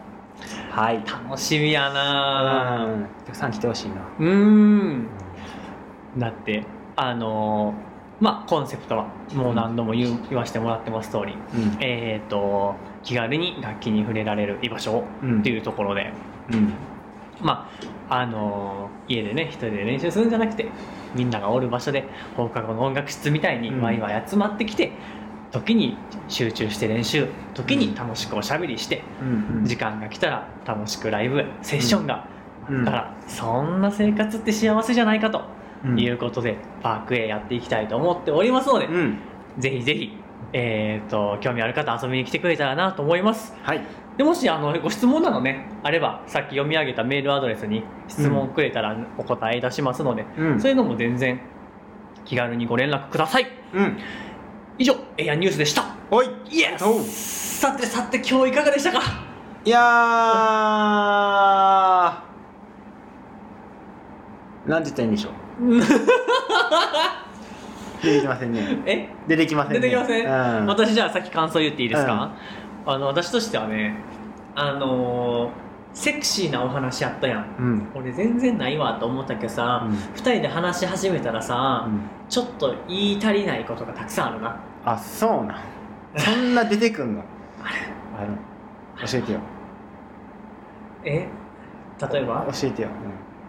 [SPEAKER 2] はい
[SPEAKER 1] 楽しみやな
[SPEAKER 2] うんたくさん来てほしいな
[SPEAKER 1] うーんだってあのーまあコンセプトはもう何度も言う言わせてもらってます通り
[SPEAKER 2] うん
[SPEAKER 1] えっ、と気軽に楽器に触れられる居場所
[SPEAKER 2] うん
[SPEAKER 1] っていうところで
[SPEAKER 2] うん
[SPEAKER 1] まああのー家でね一人で練習するんじゃなくてみんながおる場所で放課後の音楽室みたいに
[SPEAKER 2] うん
[SPEAKER 1] ワイワイ集まってきて、時に集中して練習時に楽しくおしゃべりして、
[SPEAKER 2] うん
[SPEAKER 1] 時間が来たら楽しくライブセッションが、
[SPEAKER 2] うん
[SPEAKER 1] だからそんな生活って幸せじゃないかと
[SPEAKER 2] うん
[SPEAKER 1] いうことで、パークへやっていきたいと思っておりますので、
[SPEAKER 2] うん
[SPEAKER 1] ぜひぜひ、えー、と興味ある方遊びに来てくれたらなと思います
[SPEAKER 2] はい
[SPEAKER 1] でもしあのご質問などねあればさっき読み上げたメールアドレスに質問くれたらお答えいたしますので、
[SPEAKER 2] うん
[SPEAKER 1] そういうのも全然気軽にご連絡ください
[SPEAKER 2] うん
[SPEAKER 1] 以上エアニュースでした
[SPEAKER 2] おい
[SPEAKER 1] イエ
[SPEAKER 2] おう
[SPEAKER 1] スさてさて今日いかがでしたか
[SPEAKER 2] いやーなんて言ったらいいんでしょう出てきませんね
[SPEAKER 1] え
[SPEAKER 2] 出てきません
[SPEAKER 1] 出
[SPEAKER 2] ね
[SPEAKER 1] てきません、
[SPEAKER 2] うん
[SPEAKER 1] 私じゃあさっき感想言っていいですか、あの私としてはねあのーセクシーなお話やったやん
[SPEAKER 2] うん
[SPEAKER 1] 俺全然ないわと思ったけどさ、
[SPEAKER 2] うん
[SPEAKER 1] 2人で話し始めたらさ、
[SPEAKER 2] うん
[SPEAKER 1] ちょっと言い足りないことがたくさんあるな
[SPEAKER 2] あそうなんそんな出てくんのあの教えてよ
[SPEAKER 1] え例えば
[SPEAKER 2] 教えてよ、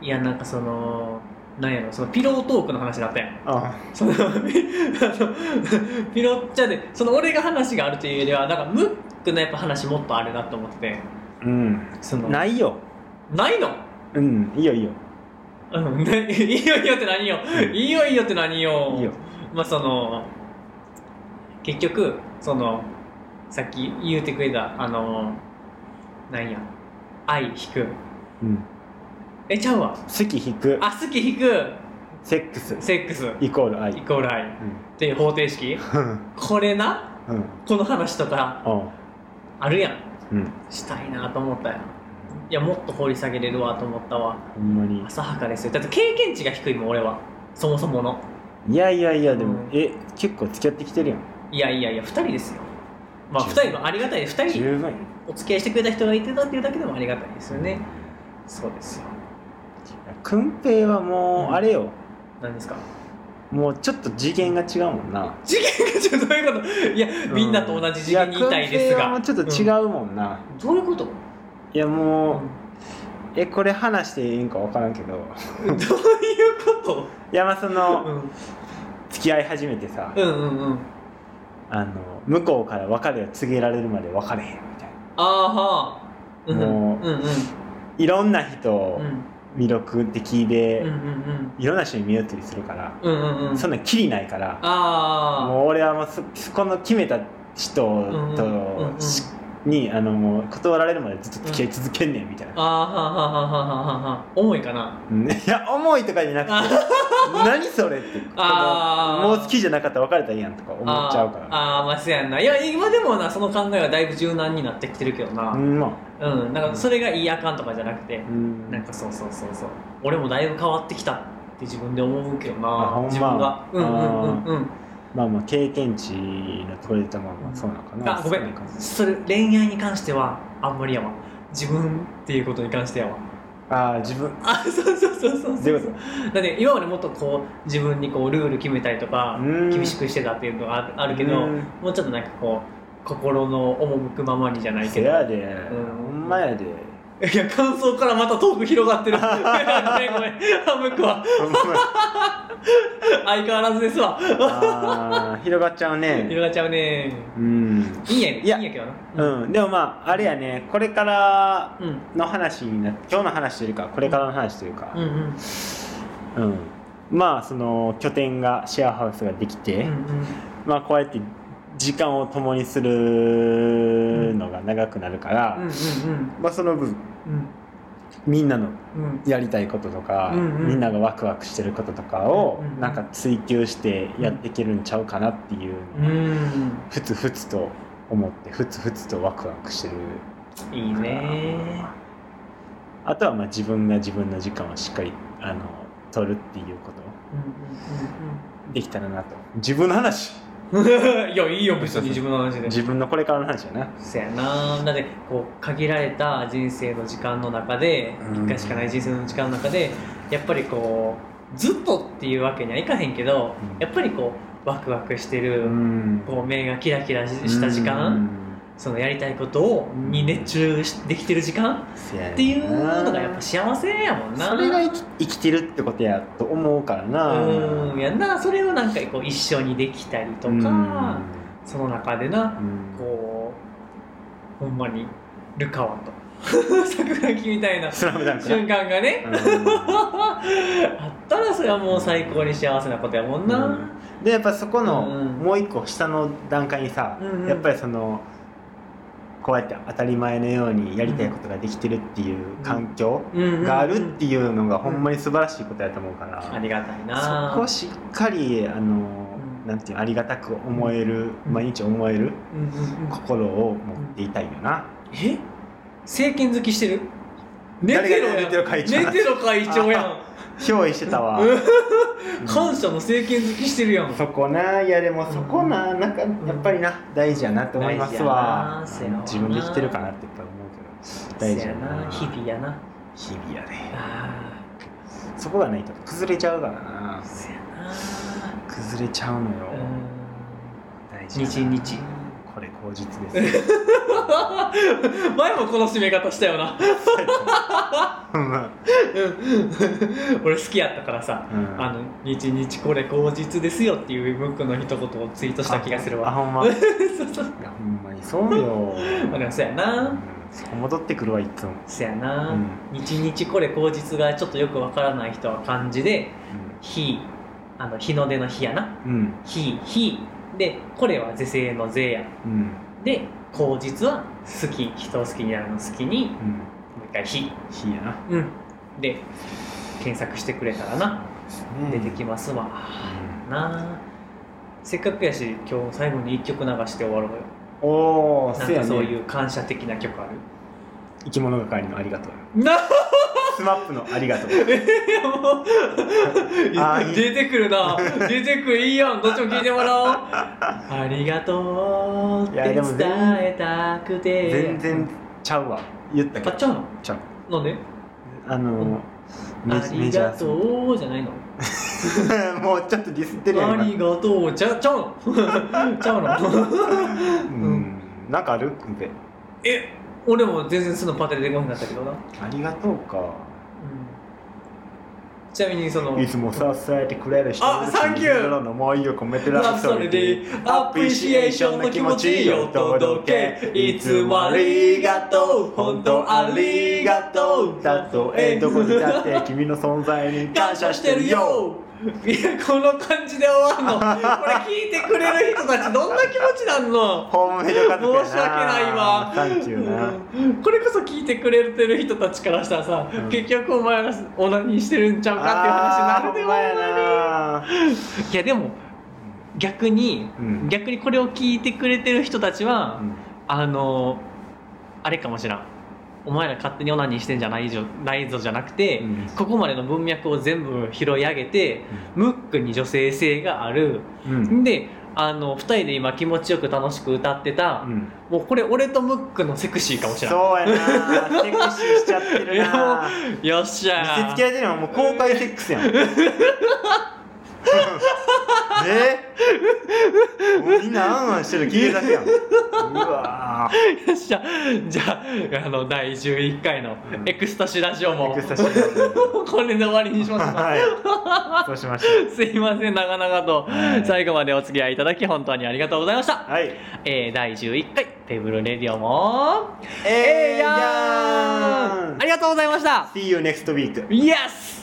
[SPEAKER 1] いやなんかそのなんやろそのピロートークの話だったやん
[SPEAKER 2] うん、あ
[SPEAKER 1] そのあのピロじゃねその俺が話があるというよりはなんかムックのやっぱ話もっとあるなと思ってて
[SPEAKER 2] うん
[SPEAKER 1] その
[SPEAKER 2] ないよ
[SPEAKER 1] ないの
[SPEAKER 2] うんいいよいいよ
[SPEAKER 1] うん、 ねいいよいいよって何よ、
[SPEAKER 2] うん
[SPEAKER 1] いいよいいよって何よ
[SPEAKER 2] いいよ
[SPEAKER 1] まあその結局そのさっき言うてくれたあのなんや愛引く
[SPEAKER 2] うん
[SPEAKER 1] えちゃうわ
[SPEAKER 2] 席引く
[SPEAKER 1] あ好き引く
[SPEAKER 2] セックス
[SPEAKER 1] セックス
[SPEAKER 2] イコール愛
[SPEAKER 1] イコール愛っていう方程式
[SPEAKER 2] うん
[SPEAKER 1] これな
[SPEAKER 2] うんうん
[SPEAKER 1] この話とかあるやん
[SPEAKER 2] うん
[SPEAKER 1] したいなと思ったやんいやもっと掘り下げれるわと思ったわ
[SPEAKER 2] ほんまに
[SPEAKER 1] 浅はかですよだって経験値が低いもん俺はそもそもの
[SPEAKER 2] いやいやいやで
[SPEAKER 1] うん
[SPEAKER 2] もえ結構付き合ってきてるやん
[SPEAKER 1] いやいやいや2人ですよまあ2
[SPEAKER 2] 十
[SPEAKER 1] 人もありがたい2人
[SPEAKER 2] 十分
[SPEAKER 1] お付き合いしてくれた人がいてたっていうだけでもありがたいですよねそうですよ
[SPEAKER 2] くんぺいは
[SPEAKER 1] う
[SPEAKER 2] も
[SPEAKER 1] ん
[SPEAKER 2] うあれよ
[SPEAKER 1] 何ですか
[SPEAKER 2] もうちょっと次元が違うもんな
[SPEAKER 1] 次元がちょっとどういうこといやみんなと同じ次元にいたいです
[SPEAKER 2] やく
[SPEAKER 1] が
[SPEAKER 2] んぺいはもうちょっと違うもんな
[SPEAKER 1] どういうこと
[SPEAKER 2] いや
[SPEAKER 1] どう
[SPEAKER 2] も
[SPEAKER 1] いう
[SPEAKER 2] えこれ話していいんか分からんけど
[SPEAKER 1] うこと
[SPEAKER 2] いやまあその
[SPEAKER 1] うん
[SPEAKER 2] 付き合い始めてさ
[SPEAKER 1] うんうんうん
[SPEAKER 2] あの向こうから別れを告げられるまで別れへんみたい
[SPEAKER 1] あ
[SPEAKER 2] な
[SPEAKER 1] あはーうん
[SPEAKER 2] もう
[SPEAKER 1] うんうん
[SPEAKER 2] いろんな人を
[SPEAKER 1] うん
[SPEAKER 2] 魅力的
[SPEAKER 1] うんう
[SPEAKER 2] で
[SPEAKER 1] ん
[SPEAKER 2] いろんな人に見よったりするから
[SPEAKER 1] うんうんうんうん
[SPEAKER 2] そんなんきりないから
[SPEAKER 1] あ
[SPEAKER 2] もう俺はもうそそこの決めた人
[SPEAKER 1] うんうんうん
[SPEAKER 2] としにあのもう断られるまでずっと付き合い続けんねんみたい
[SPEAKER 1] ああ
[SPEAKER 2] な、
[SPEAKER 1] あはははははは重いかな
[SPEAKER 2] うん いや重いとかじゃなくて
[SPEAKER 1] あ
[SPEAKER 2] 何それって
[SPEAKER 1] あー
[SPEAKER 2] もう好きじゃなかったら別れたらいいやんとか思っちゃうから
[SPEAKER 1] あーあーまあそうやんないや今でもなその考えはだいぶ柔軟になってきてるけどな
[SPEAKER 2] うんまあ
[SPEAKER 1] うんなんかそれがいいあかんとかじゃなくて
[SPEAKER 2] う、ん
[SPEAKER 1] なんかそうそうそうそう俺もだいぶ変わってきたって自分で思うけど
[SPEAKER 2] あ
[SPEAKER 1] な
[SPEAKER 2] ほんま
[SPEAKER 1] 自分がうんうんうんうん
[SPEAKER 2] まあまあ経験値の取れたままそうなのかな
[SPEAKER 1] あごめ
[SPEAKER 2] そうんな感じ
[SPEAKER 1] それ恋愛に関してはあんまりやわ自分っていうことに関してやわ
[SPEAKER 2] ああ自分
[SPEAKER 1] あそうそうそうそう
[SPEAKER 2] ど
[SPEAKER 1] そう
[SPEAKER 2] いううこ
[SPEAKER 1] だって今までもっとこう自分にこうルール決めたりとか
[SPEAKER 2] うん
[SPEAKER 1] 厳しくしてたっていうのがああるけど
[SPEAKER 2] うん
[SPEAKER 1] もうちょっとなんかこう心の赴くままにじゃないけ
[SPEAKER 2] せ
[SPEAKER 1] ど
[SPEAKER 2] やで、
[SPEAKER 1] うん
[SPEAKER 2] ほんまやで
[SPEAKER 1] いや感想からまたトーク広がってるごめんごめんハムクは
[SPEAKER 2] ほんま
[SPEAKER 1] 相変わらずですわ
[SPEAKER 2] あー広がっちゃう
[SPEAKER 1] 広
[SPEAKER 2] ね
[SPEAKER 1] がっちゃうね
[SPEAKER 2] うん
[SPEAKER 1] いいんやい
[SPEAKER 2] いや
[SPEAKER 1] いんやけどな
[SPEAKER 2] うん、でもまああれやねこれから
[SPEAKER 1] うん
[SPEAKER 2] の話にな今日の話というかこれからの話というか、
[SPEAKER 1] うんうん
[SPEAKER 2] うん、まあその拠点がシェアハウスができて、まあこうやって時間を共にするのが長くなるから、まあその分みんなのやりたいこととか、
[SPEAKER 3] うんうん
[SPEAKER 2] みんながワクワクしてることとかを
[SPEAKER 3] うんうん
[SPEAKER 2] なんか追求してやっていけるんちゃうかなっていうのがふつふつと思ってふつふつとワクワクしてる
[SPEAKER 1] いいね
[SPEAKER 2] あとはまあ自分が自分の時間をしっかりあの取るっていうことできたらなと自分の話
[SPEAKER 1] いやいいよ別に自分の話で
[SPEAKER 2] 自分のこれからの話だな
[SPEAKER 1] そやなだってこう限られた人生の時間の中で
[SPEAKER 2] うん
[SPEAKER 1] 一回しかない人生の時間の中でやっぱりこうずっとっていうわけにはいかへんけど
[SPEAKER 2] うん
[SPEAKER 1] やっぱりこうワクワクしてる、
[SPEAKER 2] ん
[SPEAKER 1] こう目がキラキラしした時間、そのやりたいことをに熱中しできてる時間
[SPEAKER 2] っ
[SPEAKER 1] っていうのがやっぱ幸せやもんな
[SPEAKER 2] それが生き生きてるってことやと思うからな
[SPEAKER 1] うんやんなそれをなんかこう一緒にできたりとかその中でな
[SPEAKER 2] うん
[SPEAKER 1] こうほんまにルカワと 桜木みたいな
[SPEAKER 2] スラムダンクな
[SPEAKER 1] 瞬間がね
[SPEAKER 2] う
[SPEAKER 1] あったらそれはもう最高に幸せなことやもんな、
[SPEAKER 2] んでやっぱそこの
[SPEAKER 1] うん
[SPEAKER 2] もう一個下の段階にさ、
[SPEAKER 1] うんうん
[SPEAKER 2] やっぱりそのこうやって当たり前のようにやりたいことができてるっていう環境があるっていうのがほんまに素晴らしいことやと思うか
[SPEAKER 1] あ
[SPEAKER 2] ら、
[SPEAKER 1] りがたい
[SPEAKER 2] そこ
[SPEAKER 1] な
[SPEAKER 2] をしっかりあの、
[SPEAKER 1] うん
[SPEAKER 2] なんていうのありがたく思える、
[SPEAKER 1] うん
[SPEAKER 2] 毎日思える
[SPEAKER 1] うんうんうん
[SPEAKER 2] 心を持っていたいよな、
[SPEAKER 1] え政権好きしてる寝
[SPEAKER 2] 誰
[SPEAKER 1] てろ
[SPEAKER 2] が
[SPEAKER 1] や
[SPEAKER 2] 寝てる会長
[SPEAKER 1] 寝てろ会長やん
[SPEAKER 2] 憑依してたわ、
[SPEAKER 1] うん
[SPEAKER 2] うん
[SPEAKER 1] 感謝の政権好きしてるやん
[SPEAKER 2] そこないやでもそこななんかやっぱりな大事やなって思いますわ
[SPEAKER 1] 大事やな
[SPEAKER 2] 自分できてるかなってやっぱ思うけど大事やな
[SPEAKER 1] せや日々やな
[SPEAKER 2] 日々やね
[SPEAKER 1] あ
[SPEAKER 2] そこがないと崩れちゃうからな
[SPEAKER 1] ーせやな
[SPEAKER 2] 崩れちゃうのよ
[SPEAKER 1] う
[SPEAKER 2] 大事やな
[SPEAKER 1] 日日
[SPEAKER 2] これ口実で すよ
[SPEAKER 1] ん前もこの締め方したよな
[SPEAKER 2] ほんま
[SPEAKER 1] うん俺好きやったからさ「
[SPEAKER 2] うん
[SPEAKER 1] あの日々これ口実ですよ」っていうムックの一言をツイートした気がする
[SPEAKER 2] あ
[SPEAKER 1] わ
[SPEAKER 2] ほんまい
[SPEAKER 1] そうそう
[SPEAKER 2] やほんまにそうよ
[SPEAKER 1] まあでもそうや
[SPEAKER 2] うん
[SPEAKER 1] な
[SPEAKER 2] そこ戻ってくるわいつも
[SPEAKER 1] そうやな、
[SPEAKER 2] うん
[SPEAKER 1] 日々これ口実がちょっとよくわからない人は漢字で「日」あの日の出の「日」やな
[SPEAKER 2] うん
[SPEAKER 1] 「日」「日」で「これ」は是正の「是」や
[SPEAKER 2] うんうん
[SPEAKER 1] で口実は好き人を好きになるの好きにも
[SPEAKER 2] うん
[SPEAKER 1] う一回火
[SPEAKER 2] 日やな
[SPEAKER 1] うんで検索してくれたらな出てき
[SPEAKER 2] ま
[SPEAKER 1] ますわ、なあせっかくやし今日最後に一曲流して終わろうよ
[SPEAKER 2] おお
[SPEAKER 1] な
[SPEAKER 2] そ
[SPEAKER 1] ん
[SPEAKER 2] うや
[SPEAKER 1] かそう
[SPEAKER 2] ね
[SPEAKER 1] いう感謝的な曲ある
[SPEAKER 2] 生き物係のありがとう
[SPEAKER 1] な
[SPEAKER 2] スマップのありがとう。
[SPEAKER 1] いやも う
[SPEAKER 2] あーいい
[SPEAKER 1] 出てくるな出てくるいいやんどっちも聞いてもらおうありがとうっ
[SPEAKER 2] い
[SPEAKER 1] て
[SPEAKER 2] やでも
[SPEAKER 1] 伝
[SPEAKER 2] 全
[SPEAKER 1] えたくて
[SPEAKER 2] 全然ちゃうわ。言ったけ
[SPEAKER 1] 買っ
[SPEAKER 2] ど。
[SPEAKER 1] ちゃうの
[SPEAKER 2] ちゃう。
[SPEAKER 1] なんで
[SPEAKER 2] あのメ
[SPEAKER 1] あ
[SPEAKER 2] ジメ
[SPEAKER 1] り
[SPEAKER 2] ジ
[SPEAKER 1] が
[SPEAKER 2] ャー
[SPEAKER 1] とうじゃないの
[SPEAKER 2] さ ん。もうちょっとディスってるや
[SPEAKER 1] あ
[SPEAKER 2] ん。今
[SPEAKER 1] りがとう。ちゃ、ちゃうの ちゃうの
[SPEAKER 2] うん。なんかあるくんべ。
[SPEAKER 1] え、俺も全然そのパテで出こなかったけどな。
[SPEAKER 2] ありがとうか。
[SPEAKER 1] ちなみにその、
[SPEAKER 2] いつも支えてくれる人。
[SPEAKER 1] あサンキュー
[SPEAKER 2] 心の思いを込めてラ
[SPEAKER 1] ラ
[SPEAKER 2] ブ
[SPEAKER 1] ブ
[SPEAKER 2] ソ
[SPEAKER 1] ソ
[SPEAKER 2] ン
[SPEAKER 1] ン
[SPEAKER 2] グ
[SPEAKER 1] グ
[SPEAKER 2] で
[SPEAKER 1] で。アプリシエーションの気持ちを届け、いつもありがとう、本当ありがとう、
[SPEAKER 2] たとえどこにだって君の存在に感
[SPEAKER 1] 感
[SPEAKER 2] 謝
[SPEAKER 1] 謝
[SPEAKER 2] し
[SPEAKER 1] してて
[SPEAKER 2] る
[SPEAKER 1] る
[SPEAKER 2] よ
[SPEAKER 1] よ いや、この感じで終わんの。これ聞いてくれる人たちどんな気持ちなんの
[SPEAKER 2] ホームメイド家族やな
[SPEAKER 1] 申し訳ないわ
[SPEAKER 2] サンキューな、
[SPEAKER 1] うんこれこそ聞いてくれてる人たちからしたらさ、
[SPEAKER 2] うん
[SPEAKER 1] 結局お前らオナニーしてるんちゃうかっていう話
[SPEAKER 2] あー
[SPEAKER 1] に
[SPEAKER 2] ほん
[SPEAKER 1] な
[SPEAKER 2] ま
[SPEAKER 1] るで
[SPEAKER 2] や
[SPEAKER 1] も
[SPEAKER 2] ない
[SPEAKER 1] やでも逆に、
[SPEAKER 2] うん
[SPEAKER 1] 逆にこれを聞いてくれてる人たちは、
[SPEAKER 2] うん
[SPEAKER 1] あのあれかもしらんお前ら勝手にオナニーしてんじゃないぞないぞじゃなくて、
[SPEAKER 2] うん
[SPEAKER 1] ここまでの文脈を全部拾い上げて、ムックに女性性がある、
[SPEAKER 2] うん
[SPEAKER 1] であの2人で今気持ちよく楽しく歌ってた、
[SPEAKER 2] うん
[SPEAKER 1] もうこれ俺とムックのセクシーかもしれない
[SPEAKER 2] そうやなセクシーしちゃってる
[SPEAKER 1] いやも
[SPEAKER 2] な
[SPEAKER 1] よっしゃー
[SPEAKER 2] 見せつけられてるのはもう公開セックスやんね もうみんなあんあんしてるの聞いてるだけやんうわー
[SPEAKER 1] よっしゃじゃああの第11回の
[SPEAKER 2] うん
[SPEAKER 1] エクスタシーラジオも、
[SPEAKER 2] エクスタシー
[SPEAKER 1] これで終わりにしますか
[SPEAKER 2] はいそうしまし
[SPEAKER 1] すいません長々と
[SPEAKER 2] はい
[SPEAKER 1] 最後までお付き合いいただき本当にありがとうございました
[SPEAKER 2] た、はい
[SPEAKER 1] えー、第11回テーブルレディオも
[SPEAKER 2] え
[SPEAKER 1] え
[SPEAKER 2] え
[SPEAKER 1] ーやーんありがとうとうございました
[SPEAKER 2] See you next week!
[SPEAKER 1] Yes!